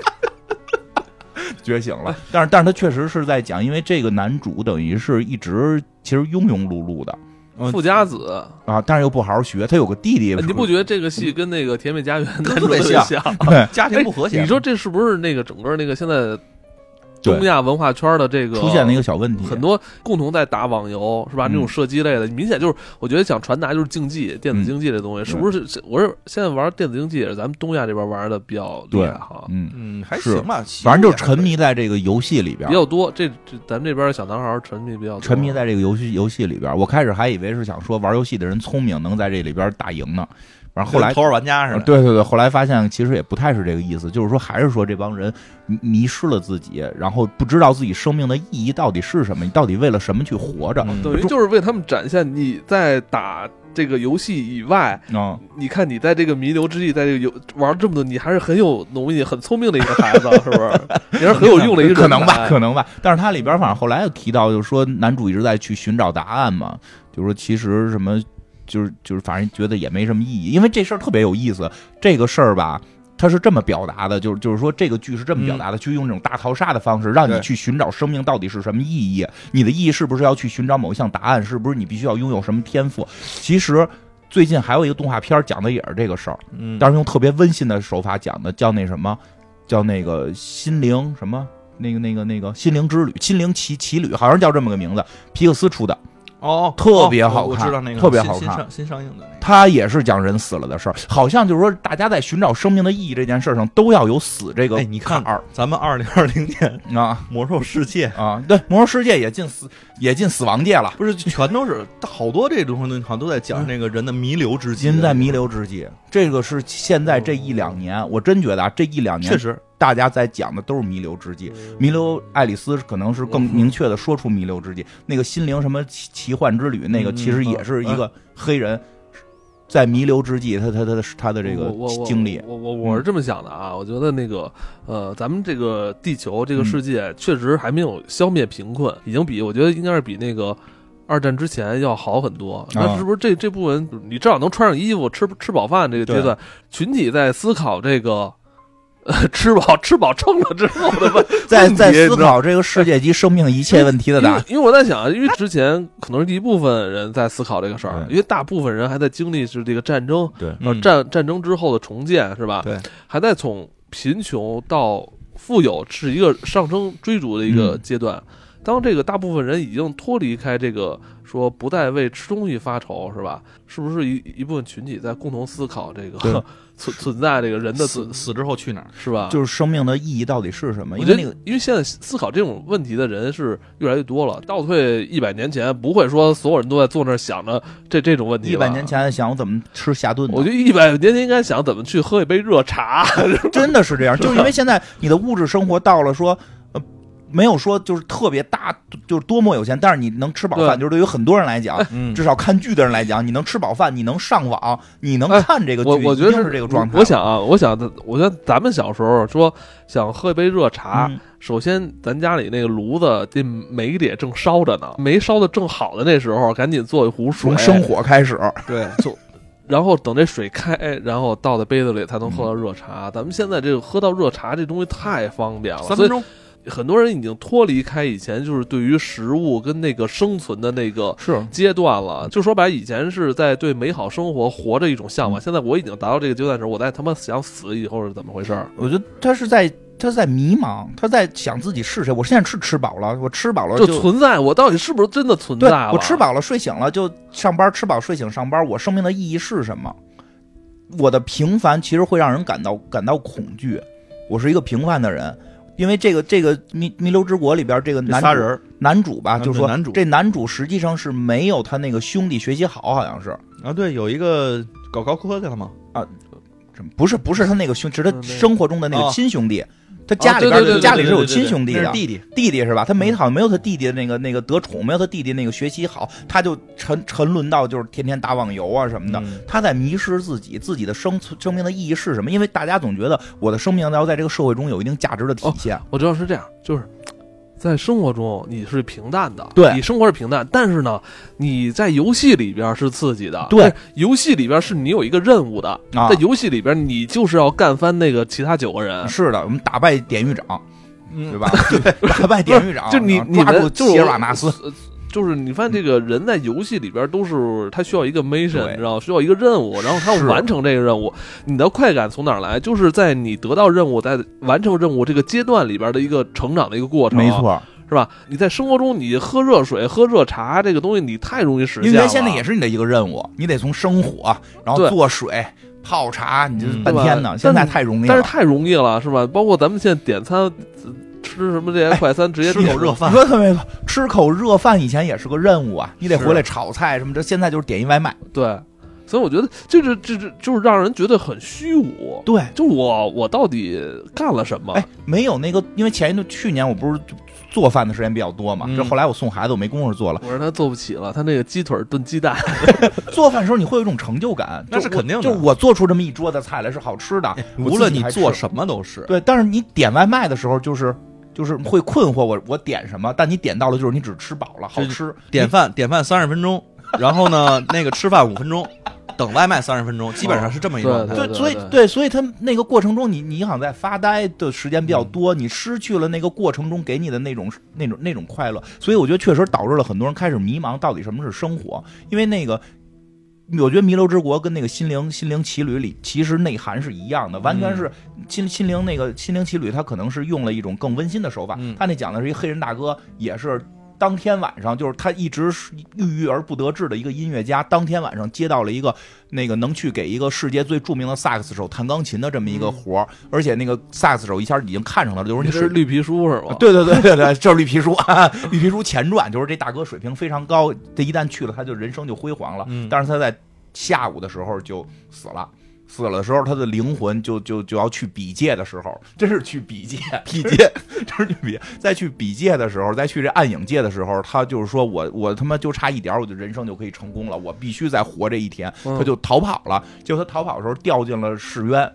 Speaker 2: 觉醒了。 但是，但是他确实是在讲，因为这个男主等于是一直其实庸庸碌碌的
Speaker 3: 嗯
Speaker 1: 富家子？
Speaker 2: 啊，但是又不好好学。他有个弟弟，
Speaker 1: 哎你不觉得这个戏跟那个《甜蜜家园》
Speaker 3: 特
Speaker 1: 男主
Speaker 3: 别
Speaker 1: 特别
Speaker 3: 像
Speaker 1: 像？哎
Speaker 2: 对
Speaker 3: 家庭不和
Speaker 2: 哎
Speaker 3: 谐。
Speaker 1: 你说这是不是那个整个那个现在
Speaker 2: 啊对
Speaker 1: 东亚文化圈的这个
Speaker 2: 出现了一个小问题？
Speaker 1: 很多共同在打网游是吧？
Speaker 2: 嗯嗯
Speaker 1: 那种射击类的，明显就是我觉得想传达就是竞技、电子竞技这东西，是不是？是我是现在玩电子竞技也是咱们东亚这边玩的比较厉害哈，
Speaker 2: 嗯，
Speaker 3: 嗯，还
Speaker 2: 是
Speaker 3: 行吧，
Speaker 2: 反正就沉迷在这个游戏里边
Speaker 1: 比。较多。这这咱们这边的小男孩儿沉迷比较多
Speaker 2: 沉迷在这个游戏游戏里边，我开始还以为是想说玩游戏的人聪明，能在这里边打赢呢。然后后来
Speaker 3: 头号玩家似
Speaker 2: 啊
Speaker 3: 的。
Speaker 2: 对对对，后来发现其实也不太是这个意思，就是说还是说这帮人迷迷失了自己，然后不知道自己生命的意义到底是什么，你到底为了什么去活着？
Speaker 3: 嗯
Speaker 1: 等于就是为他们展现你在打这个游戏以外，
Speaker 2: 嗯，
Speaker 1: 你看你在这个弥留之际，在这个游玩这么多，你还是很有农艺、很聪明的一个孩子，是不是？你还是很有用的一个人啊才
Speaker 2: 可能吧，可能吧。但是它里边反正后来又提到，就是说男主一直在去寻找答案嘛，就是说其实什么，就是就是反正觉得也没什么意义，因为这事儿特别有意思。这个事儿吧，它是这么表达的，就是就是说这个剧是这么表
Speaker 1: 嗯
Speaker 2: 达的，去用这种大逃杀的方式，让你
Speaker 3: 对
Speaker 2: 去寻找生命到底是什么意义，你的意义是不是要去寻找某一项答案，是不是你必须要拥有什么天赋？其实。最近还有一个动画片儿讲的也是这个事儿，
Speaker 3: 嗯，
Speaker 2: 但是用特别温馨的手法讲的，叫那什么，叫那个心灵什么，那个那个那个心灵之旅，心灵奇奇旅，好像叫这么个名字。皮克斯出的，
Speaker 3: 哦，
Speaker 2: 特别好
Speaker 3: 哦我
Speaker 2: 看
Speaker 3: 知道那个
Speaker 2: 特别好
Speaker 3: 新
Speaker 2: 看
Speaker 3: 新上新上映的那个。
Speaker 2: 他也是讲人死了的事儿，好像就是说大家在寻找生命的意义这件事儿上，都要有死这个
Speaker 3: 哎，你看
Speaker 2: 坎儿
Speaker 3: 咱们二零二零年
Speaker 2: 啊
Speaker 3: 魔兽世界
Speaker 2: 啊！对，魔兽世界也进死也进死亡界了，
Speaker 3: 不是全都是好多这种东西，好像都在讲那个人的弥留之际的
Speaker 2: 今嗯在弥留之际，这个是现在这一两年，我真觉得啊，这一两年
Speaker 3: 确实
Speaker 2: 大家在讲的都是弥留之际，
Speaker 1: 嗯
Speaker 2: 弥留爱丽丝可能是更明确的说出弥留之际。那个心灵什么奇奇幻之旅，那个
Speaker 3: 嗯
Speaker 2: 其实也是一个
Speaker 1: 嗯
Speaker 2: 黑人在弥留之际，他他他的他的这个
Speaker 1: 我我
Speaker 2: 经 历，
Speaker 1: 我我我是这么想的啊，我觉得那个呃，咱们这个地球这个世界确实还没有消灭贫困，已经比我觉得应该是比那个。二战之前要好很多，那是不是这这部分你至少能穿上衣服、吃吃饱饭这个阶段，群体在思考这个，呃，吃饱吃饱撑了之后的问
Speaker 2: 在
Speaker 1: 问题
Speaker 2: 在
Speaker 1: 你知
Speaker 2: 思
Speaker 1: 道
Speaker 2: 考这个世界及生命一切问题的答
Speaker 1: 因
Speaker 2: 案
Speaker 1: 为。因为我在想啊，因为之前可能是一部分人在思考这个事儿，
Speaker 2: 对
Speaker 1: 因为大部分人还在经历是这个战争，
Speaker 2: 对
Speaker 1: 呃，
Speaker 3: 嗯
Speaker 1: 战战争之后的重建是吧？
Speaker 3: 对，
Speaker 1: 还在从贫穷到富有是一个上升追逐的一个
Speaker 2: 嗯
Speaker 1: 阶段。当这个大部分人已经脱离开这个说不再为吃东西发愁是吧？是不是一一部分群体在共同思考这个
Speaker 2: 对
Speaker 1: 存存在这个人的存
Speaker 3: 死死之后去哪儿？
Speaker 1: 是吧？
Speaker 2: 就是生命的意义到底是什么？
Speaker 1: 我
Speaker 2: 啊因
Speaker 1: 觉
Speaker 2: 为
Speaker 1: 得
Speaker 2: 那个，
Speaker 1: 因为现在思考这种问题的人是越来越多了。倒退一百年前，不会说所有人都在坐那儿想着这这种问题。
Speaker 2: 一百年，前想我怎么吃下顿呢，
Speaker 1: 我觉得一百年前应该想怎么去喝一杯热茶。
Speaker 2: 真的是 这样，就是因为现在你的物质生活到了说，呃，没有说就是特别大，就是多么有钱，但是你能吃饱饭，
Speaker 1: 对
Speaker 2: 就是对于很多人来讲，
Speaker 3: 嗯
Speaker 2: 至少看剧的人来讲，你能吃饱饭，你能上网，你能
Speaker 1: 哎
Speaker 2: 看这个剧，
Speaker 1: 我我觉
Speaker 2: 一
Speaker 1: 得
Speaker 2: 定是这个状态。
Speaker 1: 我想啊，我想，我觉得咱们小时候说想喝一杯热茶，
Speaker 2: 嗯
Speaker 1: 首先咱家里那个炉子这煤得正烧着呢，煤烧的正好的那时候，赶紧做一壶水
Speaker 2: 从，生火开始，
Speaker 3: 对，
Speaker 1: 就然后等这水开，然后倒在杯子里才能喝
Speaker 2: 嗯
Speaker 1: 到热茶。咱们现在这个喝到热茶这东西太方便了，
Speaker 3: 三
Speaker 1: 所
Speaker 3: 分
Speaker 1: 以
Speaker 3: 钟
Speaker 1: 很多人已经脱离开以前就是对于食物跟那个生存的那个
Speaker 2: 是
Speaker 1: 阶段了。就说白，以前是在对美好生活活着一种向
Speaker 2: 嗯
Speaker 1: 往，现在我已经达到这个阶段的时候，我在他妈想死以后是怎么回事儿？
Speaker 2: 我觉得他是在他是在迷茫，他在想自己是谁。我现在是吃饱了，我吃饱了
Speaker 1: 就存在我到底是不是真的存在
Speaker 2: 对
Speaker 1: 了？
Speaker 2: 我吃饱了睡醒了就上班，吃饱睡醒上班，我生命的意义是什么？我的平凡其实会让人感到感到恐惧。我是一个平凡的人，因为这个这个弥弥留之国里边这个
Speaker 3: 这
Speaker 2: 男
Speaker 3: 仨
Speaker 2: 主
Speaker 3: 人儿
Speaker 2: 男主
Speaker 1: 啊
Speaker 2: 吧，
Speaker 3: 男
Speaker 2: 就说
Speaker 3: 男主
Speaker 2: 这男主实际上是没有他那个兄弟学习好，好像是
Speaker 3: 啊，对，有一个搞高科去了嘛，
Speaker 2: 什么不是不是他那个兄，是他
Speaker 1: 嗯对
Speaker 2: 生活中的那个
Speaker 3: 哦
Speaker 2: 亲兄弟。他
Speaker 1: 哦
Speaker 2: 家里
Speaker 1: 对
Speaker 2: 边
Speaker 1: 对对
Speaker 2: 家里
Speaker 1: 对
Speaker 2: 是
Speaker 1: 对
Speaker 2: 有
Speaker 1: 对
Speaker 2: 亲
Speaker 1: 对
Speaker 2: 兄弟
Speaker 3: 那是
Speaker 2: 的，
Speaker 3: 弟弟，
Speaker 2: 弟弟是吧？他
Speaker 1: 嗯
Speaker 2: 没好像没有他弟弟的那个那个得宠，没有他弟弟那个学习好，他就沉沉沦到就是天天打网游啊什么的。
Speaker 3: 嗯
Speaker 2: 他在迷失自己，自己的生存生命的意义是什么？因为大家总觉得我的生命要在这个社会中有一定价值的体现。
Speaker 1: 我知道是这样，就是在生活中你是平淡的，
Speaker 2: 对
Speaker 1: 你生活是平淡，但是呢，你在游戏里边是刺激的，
Speaker 2: 对，
Speaker 1: 游戏里边是你有一个任务的，
Speaker 2: 啊
Speaker 1: 在游戏里边你就是要干翻那个其他九个人。
Speaker 2: 是的，我们打败典狱长，对
Speaker 3: 嗯，
Speaker 2: 吧？打 败典狱长，
Speaker 1: 就你
Speaker 2: 然
Speaker 1: 你
Speaker 2: 后抓住
Speaker 1: 们就是
Speaker 2: 杰瓦纳斯，
Speaker 1: 呃就是你发现这个人在游戏里边都是他需要一个 mission，
Speaker 2: 对
Speaker 1: 你知道吗需要一个任务，然后他
Speaker 2: 是
Speaker 1: 要完成这个任务。你的快感从哪儿来？就是在你得到任务、在完成任务这个阶段里边的一个成长的一个过程。
Speaker 2: 没，错，
Speaker 1: 是吧？你在生活中你喝热水、喝热茶这个东西，你太容易实现
Speaker 2: 因
Speaker 1: 了。
Speaker 2: 为现在也是你的一个任务，你得从生火，然后
Speaker 1: 对
Speaker 2: 做水、泡茶，你这
Speaker 3: 嗯
Speaker 2: 半天呢。
Speaker 1: 对吧
Speaker 2: 现在太容易
Speaker 1: 但是
Speaker 2: 了，
Speaker 1: 太容易了，是吧？包括咱们现在点餐，呃吃什么这
Speaker 2: 哎
Speaker 1: 些快餐，直接
Speaker 3: 吃口热
Speaker 2: 你
Speaker 3: 饭，
Speaker 2: 说特别错，吃口热饭以前也是个任务啊，你得
Speaker 3: 是
Speaker 2: 回来炒菜什么的。现在就是点一外卖，
Speaker 1: 对。所以我觉得这是这是就是让人觉得很虚无。
Speaker 2: 对，
Speaker 1: 就我我到底干了什么？
Speaker 2: 哎，没有那个，因为前一段去年我不是做饭的时间比较多嘛，
Speaker 3: 嗯
Speaker 2: 这后来我送孩子，我没工夫做了。
Speaker 1: 我让他做不起了，他那个鸡腿炖鸡蛋，
Speaker 2: 做饭的时候你会有一种成就感，
Speaker 3: 那
Speaker 2: 就是我
Speaker 3: 肯定的哎
Speaker 2: 就我做出这么一桌子菜来是好吃的，
Speaker 3: 无论你做
Speaker 2: 么，
Speaker 3: 什么都是。
Speaker 2: 对，但是你点外卖的时候就是。就是会困惑我，我点什么？但你点到了，就是你只吃饱了，好吃。
Speaker 3: 点饭点饭三十分钟，然后呢，那个吃饭五分钟，等外卖三十分钟，基本上是这么一状态。
Speaker 1: 对
Speaker 2: 对，所以
Speaker 1: 对
Speaker 2: 对，所以他那个过程中，你你好像在发呆的时间比
Speaker 1: 嗯
Speaker 2: 较多，你失去了那个过程中给你的那种那种那种快乐，所以我觉得确实导致了很多人开始迷茫，到底什么是生活？因为那个。我觉得《弥留之国》跟那个《心灵心灵奇旅》里其实内涵是一样的，完全是
Speaker 1: 嗯
Speaker 2: 心心灵那个《心灵奇旅》，它可能是用了一种更温馨的手法
Speaker 3: 嗯。
Speaker 2: 他那讲的是一黑人大哥，也是当天晚上，就是他一直是郁郁而不得志的一个音乐家，当天晚上接到了一个那个能去给一个世界最著名的萨克斯手弹钢琴的这么一个活儿，而且那个萨克斯手一下已经看上他了，就是
Speaker 1: 你
Speaker 2: 你
Speaker 1: 是
Speaker 2: 水
Speaker 1: 绿皮书是吗？
Speaker 2: 啊对对对对对，就是绿皮书啊，绿皮书前传，就是这大哥水平非常高，这一旦去了，他就人生就辉煌了。
Speaker 3: 嗯
Speaker 2: 但是他在下午的时候就死了。死了的时候，他的灵魂就就就要去比界的时候，真是去比界，比界，真是去比界。再去比界的时候，再去这暗影界的时候，他就是说我我他妈就差一点儿，我就人生就可以成功了，我必须再活这一天。
Speaker 1: 嗯
Speaker 2: 他就逃跑了，结果他逃跑的时候掉进了市渊，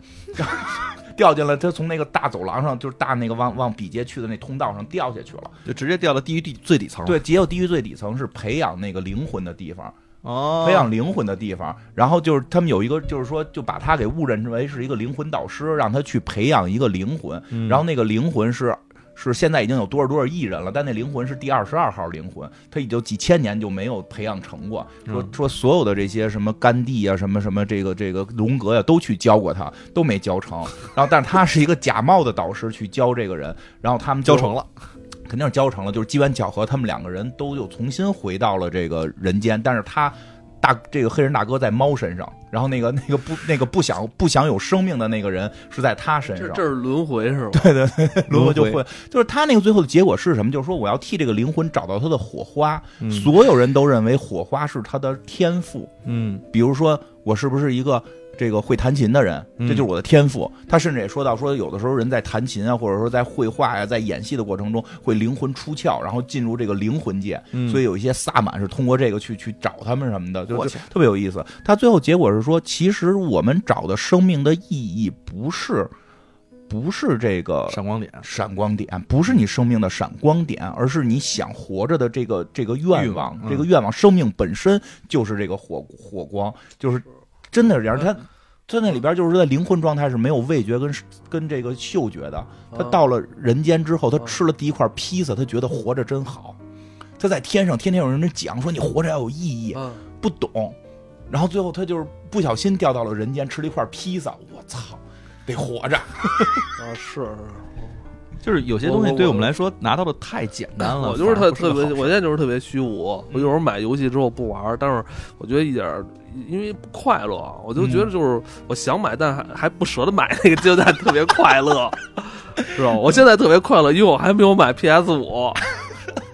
Speaker 2: 掉进了他从那个大走廊上，就是大那个往往比街去的那通道上掉下去了。
Speaker 3: 就直接掉到地狱地最底层了。
Speaker 2: 对，结果地狱最底层是培养那个灵魂的地方，
Speaker 3: 哦，
Speaker 2: 培养灵魂的地方。然后就是他们有一个，就是说就把他给误认为是一个灵魂导师，让他去培养一个灵魂。
Speaker 3: 嗯
Speaker 2: 然后那个灵魂是是现在已经有多少多少亿人了，但那灵魂是第二十二号灵魂，他已经几千年就没有培养成过。说
Speaker 3: 嗯
Speaker 2: 说所有的这些什么甘地啊，什么什么这个这个荣格呀、都去教过他，都没教成。然后，但是他是一个假冒的导师去教这个人，然后他们
Speaker 3: 教
Speaker 2: 就
Speaker 3: 成了，
Speaker 2: 肯定是教成了，就是机缘巧合，他们两个人都又重新回到了这个人间，但是他。大这个黑人大哥在猫身上，然后那个那个不那个不想不想有生命的那个人是在他身上
Speaker 1: 这，这是轮回是吗？
Speaker 2: 轮回就
Speaker 3: 轮回
Speaker 2: 会，就是他那个最后的结果是什么？就是说我要替这个灵魂找到他的火花。
Speaker 3: 嗯
Speaker 2: 所有人都认为火花是他的天赋，
Speaker 3: 嗯
Speaker 2: 比如说我是不是一个这个会弹琴的人，
Speaker 3: 嗯
Speaker 2: 这就是我的天赋。他甚至也说到说，有的时候人在弹琴啊，或者说在绘画呀、在演戏的过程中，会灵魂出窍，然后进入这个灵魂界。
Speaker 3: 嗯
Speaker 2: 所以有一些萨满是通过这个去去找他们什么的，就
Speaker 3: 我
Speaker 2: 就
Speaker 3: 去
Speaker 2: 特别有意思。他最后结果是说，其实我们找的生命的意义不是。不是这个
Speaker 3: 闪光点，
Speaker 2: 闪光点，不是你生命的闪光点，而是你想活着的这个这个愿
Speaker 3: 欲
Speaker 2: 望
Speaker 3: 望，嗯
Speaker 2: 这个愿望，生命本身就是这个火火光，就是真的是这样。他他那里边就是在灵魂状态是没有味觉跟跟这个嗅觉的。
Speaker 1: 嗯
Speaker 2: 他到了人间之后，他吃了第一块披萨，他觉得活着真好。他在天上天天有人讲说你活着要有意义，
Speaker 1: 嗯
Speaker 2: 不懂，然后最后他就是不小心掉到了人间，吃了一块披萨，我操，得活着。
Speaker 1: 啊是，是
Speaker 3: 就是有些东西对我们来说拿到的太简单了。
Speaker 1: 哎我就是
Speaker 3: 反而
Speaker 1: 特
Speaker 3: 不是
Speaker 1: 特别
Speaker 3: 个好，事
Speaker 1: 我现在就是特别虚无。我有时候买游戏之后不玩儿，但是我觉得一点儿，因为不快乐，我就觉得就是我想买，但还还不舍得买那个阶段特别快乐，是吧？我现在特别快乐，因为我还没有买 PS 五，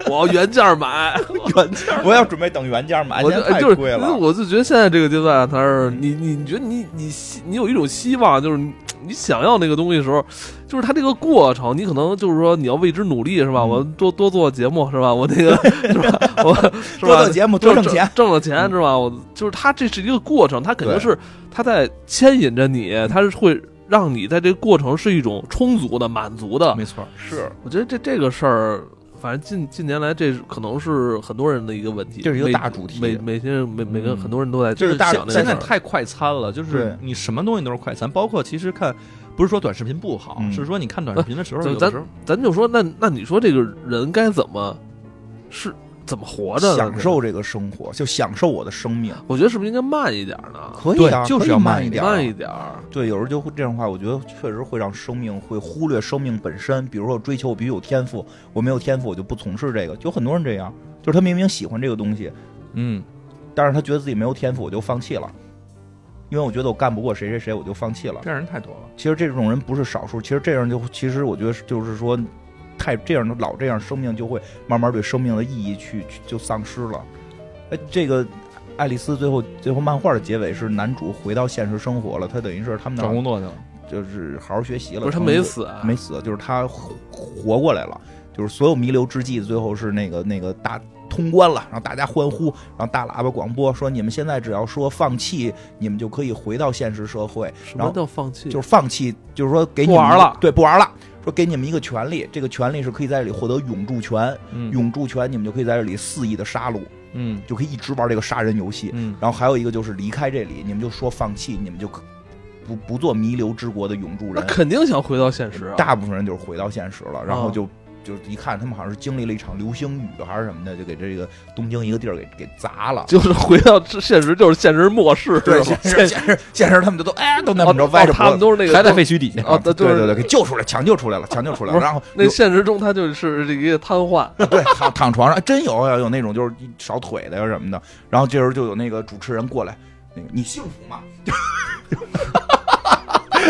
Speaker 1: 我要原价买，
Speaker 2: 原件， 我要准备等原件买，
Speaker 1: 我
Speaker 2: 现
Speaker 1: 就哎
Speaker 2: 在太
Speaker 1: 就是
Speaker 2: 贵了。
Speaker 1: 我就觉得现在这个阶段，它是你你你觉得你你希你有一种希望，就是你你想要那个东西的时候，就是它这个过程，你可能就是说你要为之努力是吧？
Speaker 2: 嗯
Speaker 1: 我多多做节目是吧？我 那个是吧？我是
Speaker 2: 多
Speaker 1: 吧
Speaker 2: 做？节目多挣钱，嗯
Speaker 1: 挣了钱是吧？我就是它这是一个过程，它肯定
Speaker 2: 对
Speaker 1: 是它在牵引着你，它是会让你在这个过程是一种充足的、满足的。
Speaker 3: 没错，
Speaker 2: 是
Speaker 1: 我觉得这这个事儿，反正近近年来这可能是很多人的一个问题，
Speaker 2: 这是一个
Speaker 1: 每
Speaker 2: 大主题
Speaker 1: 每每些人每每个
Speaker 3: 嗯
Speaker 1: 很多人都在
Speaker 2: 这是大
Speaker 1: 想这
Speaker 3: 现
Speaker 1: 个事
Speaker 3: 在
Speaker 1: 儿。
Speaker 3: 太快餐了，就是
Speaker 2: 对
Speaker 3: 你什么东西都是快餐，包括其实看，不是说短视频不好，
Speaker 2: 嗯
Speaker 3: 是说你看短视频的时候，
Speaker 1: 呃就
Speaker 3: 有的时候
Speaker 1: 咱就说，那那你说这个人该怎么是怎么活着呢？
Speaker 2: 享受这个生活，就享受我的生命。
Speaker 1: 我觉得是不是应该慢一点呢？
Speaker 2: 可
Speaker 3: 以
Speaker 2: 以
Speaker 3: 啊
Speaker 2: 啊，
Speaker 3: 就是
Speaker 2: 可以
Speaker 3: 要慢
Speaker 2: 慢
Speaker 3: 一
Speaker 2: 点。
Speaker 1: 慢一点儿，
Speaker 2: 对，有时候就会这样的话，我觉得确实会让生命会忽略生命本身。比如说，我追求我必须有天赋，我没有天赋我就不从事这个。有很多人这样，就是他明明喜欢这个东西，
Speaker 3: 嗯，
Speaker 2: 但是他觉得自己没有天赋，我就放弃了，因为我觉得我干不过谁谁谁，我就放弃了。
Speaker 3: 这样人太多了。
Speaker 2: 其实这种人不是少数，其实这样就其实我觉得是就是说，太这样的老这样，生命就会慢慢对生命的意义去去就丧失了。哎，这个。爱丽丝最后最后漫画的结尾是男主回到现实生活了，他等于是
Speaker 3: 嗯
Speaker 2: 他们
Speaker 1: 找
Speaker 2: 俩
Speaker 1: 工作去了，
Speaker 2: 就是好好学习了。
Speaker 1: 不是他
Speaker 2: 成为
Speaker 1: 没死啊，
Speaker 2: 没死，就是他活活过来了，就是所有弥留之际，最后是那个那个大通关了，然后大家欢呼，然后大喇叭广播说：“你们现在只要说放弃，你们就可以回到现实社会。
Speaker 1: 什
Speaker 2: 然
Speaker 1: 么
Speaker 2: 后
Speaker 1: 叫放弃？”
Speaker 2: 就是放弃，就是说给你
Speaker 1: 不
Speaker 2: 们
Speaker 1: 玩了
Speaker 2: 对，不玩了。说给你们一个权利，这个权利是可以在这里获得永驻权，
Speaker 1: 嗯
Speaker 2: 永驻权你们就可以在这里肆意的杀戮，
Speaker 1: 嗯
Speaker 2: 就可以一直玩这个杀人游戏。
Speaker 1: 嗯，
Speaker 2: 然后还有一个就是离开这里，你们就说放弃，你们就可不不做弥留之国的永驻
Speaker 1: 那
Speaker 2: 人。
Speaker 1: 肯定想回到现实啊。啊
Speaker 2: 大部分人就是回到现实了，然后就、就一看他们好像是经历了一场流星雨啊还是什么的，就给这个东京一个地儿给给砸了。
Speaker 1: 就是回到这现实，就是现实末世，
Speaker 2: 对，
Speaker 1: 是吧
Speaker 2: 现实现实现实他们就都哎都那么着
Speaker 1: 哦
Speaker 2: 歪着
Speaker 1: 哦他
Speaker 2: 脖
Speaker 1: 们
Speaker 2: 子。
Speaker 1: 都是那个
Speaker 2: 还在
Speaker 1: 废墟底下
Speaker 2: 啊
Speaker 1: 哦，
Speaker 2: 对
Speaker 1: 就是
Speaker 2: 对对，给救出来，抢救出来了，抢救出来了。然后
Speaker 1: 那现实中他就是一个瘫痪，
Speaker 2: 有 对躺躺床上，哎真有有有那种就是一少腿的呀什么的。然后这时候就有那个主持人过来，那个你幸福吗？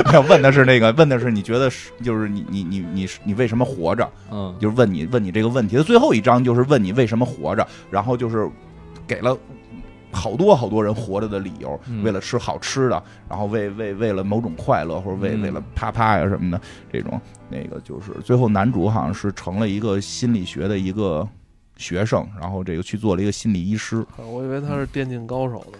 Speaker 2: 没有问的是那个，问的是你觉得是就是你你你你你为什么活着？
Speaker 1: 嗯，
Speaker 2: 就是问你问你这个问题的最后一章就是问你为什么活着，然后就是给了。好多好多人活着的理由，
Speaker 1: 嗯
Speaker 2: 为了吃好吃的，然后为为为了某种快乐，或者为
Speaker 1: 嗯
Speaker 2: 为了啪啪呀什么的，这种那个就是最后男主好像是成了一个心理学的一个学生，然后这个去做了一个心理医师，
Speaker 1: 我以为他是电竞高手呢。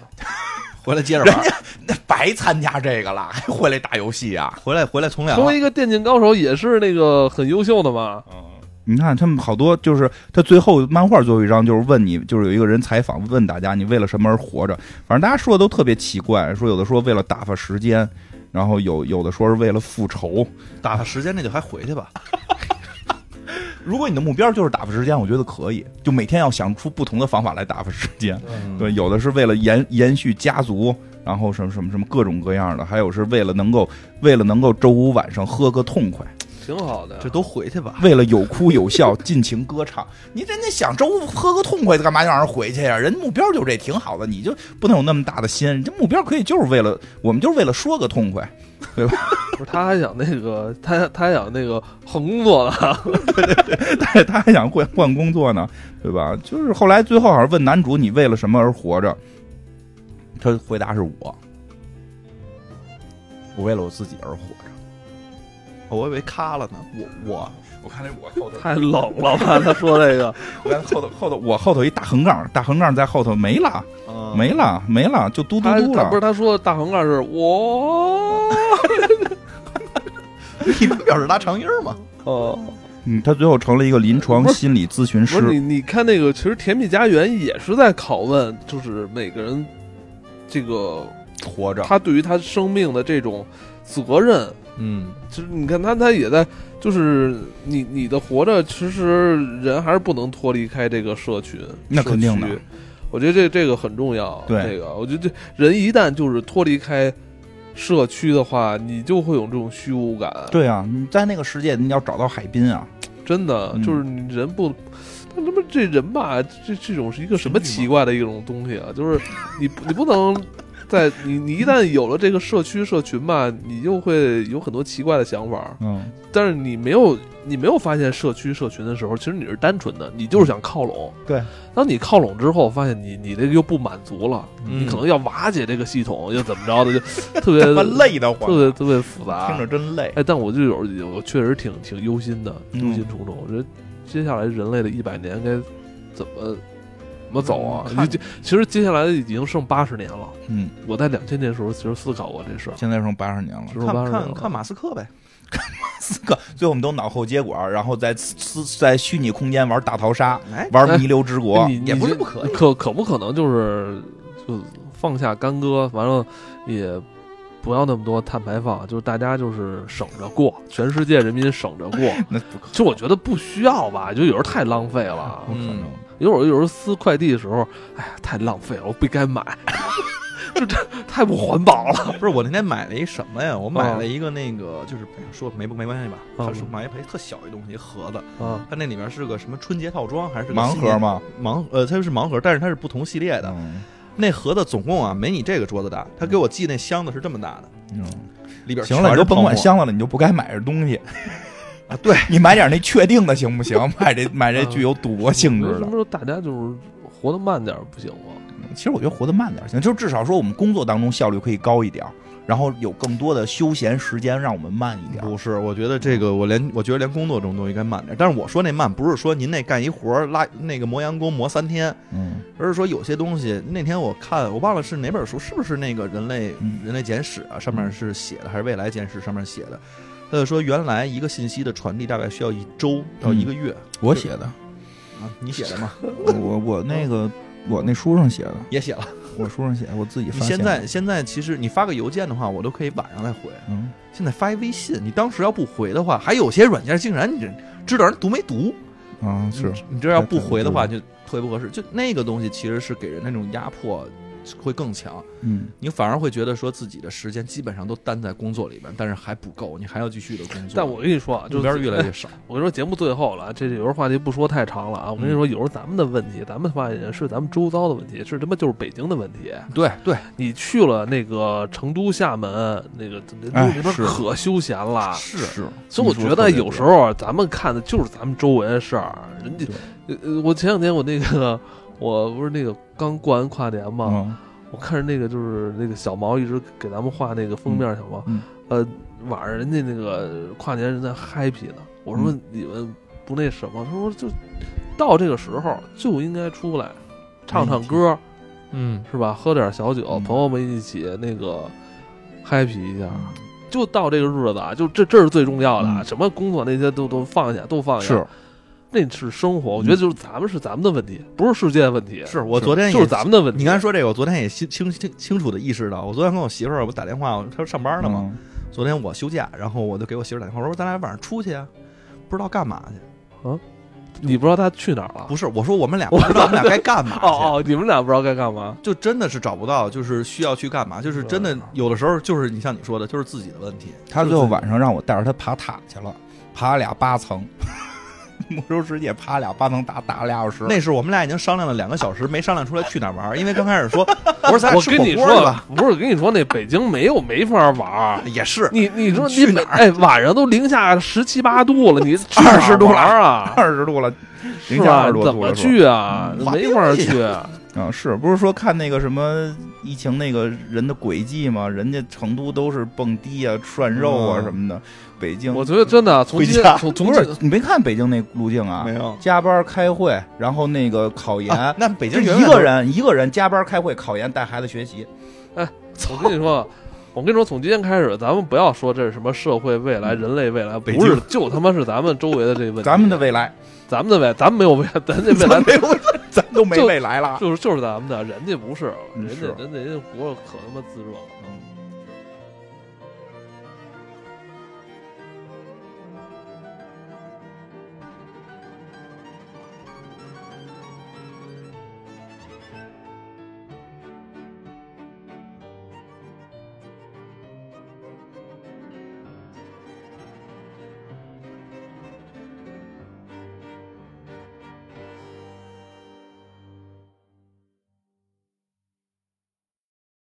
Speaker 3: 回来接着玩儿，
Speaker 2: 那白参加这个了，还回来打游戏啊？
Speaker 3: 回来回来从 良
Speaker 1: 成
Speaker 3: 了
Speaker 1: 为。一个电竞高手也是那个很优秀的嘛。
Speaker 2: 嗯你看他们好多就是他最后漫画最后一章就是问你，就是有一个人采访问大家你为了什么而活着，反正大家说的都特别奇怪，说有的说为了打发时间，然后有有的说是为了复仇。
Speaker 3: 打发时间那就还回去吧。
Speaker 2: 如果你的目标就是打发时间，我觉得可以，就每天要想出不同的方法来打发时间。对，有的是为了延延续家族，然后什么什么什么各种各样的，还有是为了能够为了能够周五晚上喝个痛快。
Speaker 1: 挺好的呀
Speaker 3: 这。都回去吧。
Speaker 2: 为了有哭有笑， 尽情歌唱。你人家想周五喝个痛快，干嘛就让人回去呀、人目标就这挺好的，你就不能有那么大的心。人家目标可以就是为了我们就是为了说个痛快，
Speaker 1: 不是，他还想那个， 他他还想那个换工作了。
Speaker 2: 但他还想换换工作呢，对吧？就是后来最后好像问男主你为了什么而活着，他回答是我，我为了我自己而活着。
Speaker 3: 哦我以为卡了呢，我我
Speaker 2: 我看那我后 头，
Speaker 1: 太冷了 吧？他说这个，
Speaker 2: 我看后头后头我后头一大横杠，大横杠在后头没了， 没了没了，就嘟嘟
Speaker 1: 他
Speaker 2: 嘟
Speaker 1: 他
Speaker 2: 了
Speaker 1: 不。是他说大横杠是 我，
Speaker 3: 一般表示拉长音儿嘛。
Speaker 1: 哦，
Speaker 2: 嗯，他最后成了一个 临床心理咨询
Speaker 1: 不是
Speaker 2: 师。
Speaker 1: 你你看那个，其实《甜蜜家园》也是在拷问，就是每个人这个
Speaker 2: 活着
Speaker 1: 他对于他生命的这种责任，
Speaker 3: 嗯，
Speaker 1: 就是你看他，他也在，就是你你的活着，其实人还是不能脱离开这个社群，
Speaker 2: 那肯定
Speaker 1: 社
Speaker 2: 的
Speaker 1: 区。我觉得这这个很重要。
Speaker 2: 对
Speaker 1: 这个我觉得这人一旦就是脱离开社区的话，你就会有这种虚无感。，
Speaker 2: 对啊，你在那个世界，你要找到海滨啊，
Speaker 1: 真的
Speaker 2: 嗯
Speaker 1: 就是你人不。但他妈这人吧，这这种是一个什么
Speaker 2: 神经
Speaker 1: 奇怪的一种东西啊！就是你不你不能在你你一旦有了这个社区社群吧，你就会有很多奇怪的想法。
Speaker 2: 嗯，
Speaker 1: 但是你没有你没有发现社区社群的时候，其实你是单纯的，你就是想靠拢。
Speaker 2: 对，
Speaker 1: 当你靠拢之后，发现你你这个又不满足了，
Speaker 3: 你
Speaker 2: 嗯
Speaker 1: 你可能要瓦解这个系统，又怎么 着的，就特别
Speaker 2: 他妈累得慌
Speaker 1: 特，别特别复
Speaker 2: 听
Speaker 1: 杂
Speaker 2: 着。真累。
Speaker 1: 哎，但我就有有确实挺挺忧心的，忧
Speaker 2: 嗯
Speaker 1: 心忡忡。我觉得接下来人类的一百年该怎么怎么走啊？
Speaker 2: 嗯看
Speaker 1: 你这其实接下来已经剩八十年了。
Speaker 2: 嗯，
Speaker 1: 我在两千年的时候其实思考过这事儿，
Speaker 2: 现在剩八十年了，
Speaker 1: 只有八
Speaker 3: 看
Speaker 1: 十年
Speaker 3: 看看
Speaker 1: 了。
Speaker 3: 马斯克呗，
Speaker 2: 四个，最后我们都脑后接管，然后在私在虚拟空间玩大逃杀，
Speaker 3: 哎，
Speaker 2: 玩弥留之国。
Speaker 1: 你你
Speaker 3: 也不是
Speaker 1: 这
Speaker 3: 不可以
Speaker 1: 可可不可能就是就放下干戈，完了也不要那么多碳排放，就是大家就是省着过，全世界人民省着过。
Speaker 2: 那不可嗯
Speaker 1: 就我觉得不需要吧，就有时候太浪费了
Speaker 2: 不。可能，
Speaker 1: 有时候有时候撕快递的时候，哎呀，太浪费了，我不该买， 这这太不环保 了。
Speaker 3: 不是我那天买了一什么呀？我
Speaker 2: 哦
Speaker 3: 买了一个那个，就是哎呀说没没关系吧？
Speaker 1: 嗯
Speaker 3: 他说买一赔特小一东西，一盒子，
Speaker 1: 啊，
Speaker 3: 它那里面是个什么春节套装还是个
Speaker 2: 盲
Speaker 3: 新年
Speaker 2: 盒？嘛，
Speaker 3: 盲呃，它就是盲盒，但是它是不同系列的。
Speaker 2: 嗯
Speaker 3: 那盒子总共啊没你这个桌子大，他给我寄那箱子是这么大的，
Speaker 2: 嗯，
Speaker 3: 里边
Speaker 2: 行了，你就
Speaker 3: 全是
Speaker 2: 甭管
Speaker 3: 泡沫
Speaker 2: 箱子了，你就不该买这东西。
Speaker 3: 啊，对，
Speaker 2: 你买点那确定的 行不行？买这买这具有赌博性质
Speaker 1: 什么
Speaker 2: 的
Speaker 1: 时，候大家就是活得慢点儿不行吗？
Speaker 2: 其实我觉得活得慢点儿行，就是至少说我们工作当中效率可以高一点儿，然后有更多的休闲时间让我们慢一点儿。
Speaker 3: 不是，我觉得这个我连我觉得连工作这种东西该慢点。但是我说那慢不是说您那干一活儿拉那个磨洋工磨三天，
Speaker 2: 嗯
Speaker 3: 而是说有些东西那天我看我忘了是哪本书，是不是那个人类
Speaker 2: 嗯
Speaker 3: 人类简史啊上面是写的，还是未来简史上面写的？他就说原来一个信息的传递大概需要一周到一个月、
Speaker 2: 我写的，
Speaker 3: 啊，你写的吗？
Speaker 2: 我我那个我那书上写的，
Speaker 3: 也写了。
Speaker 2: 我书上写，我自己
Speaker 3: 你
Speaker 2: 发
Speaker 3: 现
Speaker 2: 现的。
Speaker 3: 在现在其实你发个邮件的话，我都可以晚上再回。
Speaker 2: 嗯，
Speaker 3: 现在发一微信，你当时要不回的话，还有些软件竟然你知道人读没读。
Speaker 2: 啊，是
Speaker 3: 你这要不回的话，就特别不合适。就那个东西其实是给人那种压迫会更强，
Speaker 2: 嗯，
Speaker 3: 你反而会觉得说自己的时间基本上都担在工作里边，但是还不够，你还要继续的工作。
Speaker 1: 但我跟你说啊，就
Speaker 3: 目
Speaker 1: 是
Speaker 3: 标越来 越少。
Speaker 1: 我跟你说，节目最后了，这有时候话题不说太长了啊。我跟你
Speaker 2: 嗯
Speaker 1: 说，有时候咱们的问题，咱们发现人是咱们周遭的问题，是他妈就是北京的问题。
Speaker 3: 对对，
Speaker 1: 你去了那个成都、厦门，那个那
Speaker 2: 哎
Speaker 1: 那边
Speaker 2: 是
Speaker 1: 可休闲了。
Speaker 3: 是
Speaker 2: 是，
Speaker 1: 所以我觉得有时候啊咱们看的就是咱们周围的事儿。人家呃
Speaker 2: 对，
Speaker 1: 呃，我前两天我那个，我不是那个刚过完跨年嘛，
Speaker 2: 嗯，
Speaker 1: 我看着那个就是那个小毛一直给咱们画那个封面，小毛，
Speaker 2: 嗯
Speaker 1: 呃，晚上人家那个跨年人在 happy 呢。我说
Speaker 2: 嗯
Speaker 1: 你们不那什么？他说就到这个时候就应该出来唱唱歌，
Speaker 3: 嗯，
Speaker 1: 是吧？喝点小酒，
Speaker 2: 嗯
Speaker 1: 朋友们一起那个 happy 一下。就到这个日子啊，就这这是最重要的啊，
Speaker 2: 嗯
Speaker 1: 什么工作那些都都放下，都放下。
Speaker 2: 是，嗯
Speaker 1: 那是生活，我觉得就是咱们是咱们的问题，不是世界的问题，
Speaker 3: 是我昨天也
Speaker 1: 就是咱们的问题。
Speaker 3: 你刚才说这个，我昨天也清清清清楚的意识到，我昨天跟我媳妇儿我打电话，她说上班呢嘛，
Speaker 2: 嗯？
Speaker 3: 昨天我休假，然后我就给我媳妇儿打电话，我说咱俩晚上出去啊，不知道干嘛去。
Speaker 1: 你不知道他去哪儿了？
Speaker 3: 不是，我说我们俩不知道我们俩该干嘛去。
Speaker 1: 哦哦，你们俩不知道该干 嘛？
Speaker 3: 就真的是找不到，就是需要去干嘛，就是真的
Speaker 1: 嗯
Speaker 3: 有的时候就是你像你说的，就是自己的问题。
Speaker 2: 他最
Speaker 3: 就
Speaker 2: 后
Speaker 3: 是自己
Speaker 2: 晚上让我带着他爬塔去了，爬俩八层， 魔兽世界爬俩八层，打打俩小时。
Speaker 3: 那是我们俩已经商量了两个小时，没商量出来去哪儿玩儿，因为刚开始说，我说咱俩
Speaker 1: 我
Speaker 3: 吃
Speaker 1: 跟
Speaker 3: 火
Speaker 1: 你
Speaker 3: 锅儿
Speaker 1: 说
Speaker 3: 吧，，
Speaker 1: 不是跟你说那北京没有没法玩 儿。
Speaker 3: 也是
Speaker 1: 你你说
Speaker 3: 你
Speaker 1: 你每
Speaker 3: 去哪儿
Speaker 1: 哎晚上都零下十七八度了，你
Speaker 2: 20度了
Speaker 1: 了啊？
Speaker 2: 二十度了，啊
Speaker 1: 是
Speaker 2: 零下
Speaker 1: 吧
Speaker 2: 二十？多
Speaker 1: 怎
Speaker 2: 度
Speaker 1: 么
Speaker 2: 了，
Speaker 1: 去啊？
Speaker 3: 滑
Speaker 1: 没
Speaker 3: 冰
Speaker 1: 法儿
Speaker 3: 去
Speaker 1: 去。
Speaker 2: 啊，是不是说看那个什么疫情那个人的轨迹吗？人家成都都是蹦迪啊、涮肉啊
Speaker 3: 嗯
Speaker 2: 什么的，北京
Speaker 1: 我觉得真的从
Speaker 2: 回
Speaker 1: 今
Speaker 2: 家
Speaker 1: 从从
Speaker 2: 不是
Speaker 1: 今
Speaker 2: 你没看北京那路径啊？
Speaker 3: 没有
Speaker 2: 加班开会，然后那个考研，
Speaker 3: 啊那北
Speaker 2: 就
Speaker 3: 京
Speaker 2: 一
Speaker 3: 人
Speaker 2: 个人一个人加班开会、考研、带孩子学习。
Speaker 1: 我跟你说，我跟你说，从今天开始，咱们不要说这是什么社会未来、人类未来，
Speaker 3: 北
Speaker 1: 不是
Speaker 3: 京
Speaker 1: 就他妈是咱们周围的这个问题。
Speaker 2: 嗯咱们的未来，
Speaker 1: 咱们的未来，咱们没有未来，咱这未来
Speaker 2: 没有，咱都没
Speaker 1: 就
Speaker 2: 未来了。
Speaker 1: 就是就是咱们的，人家不是，人
Speaker 2: 嗯
Speaker 1: 家
Speaker 2: 是
Speaker 1: 人家人家活着可他妈滋润了。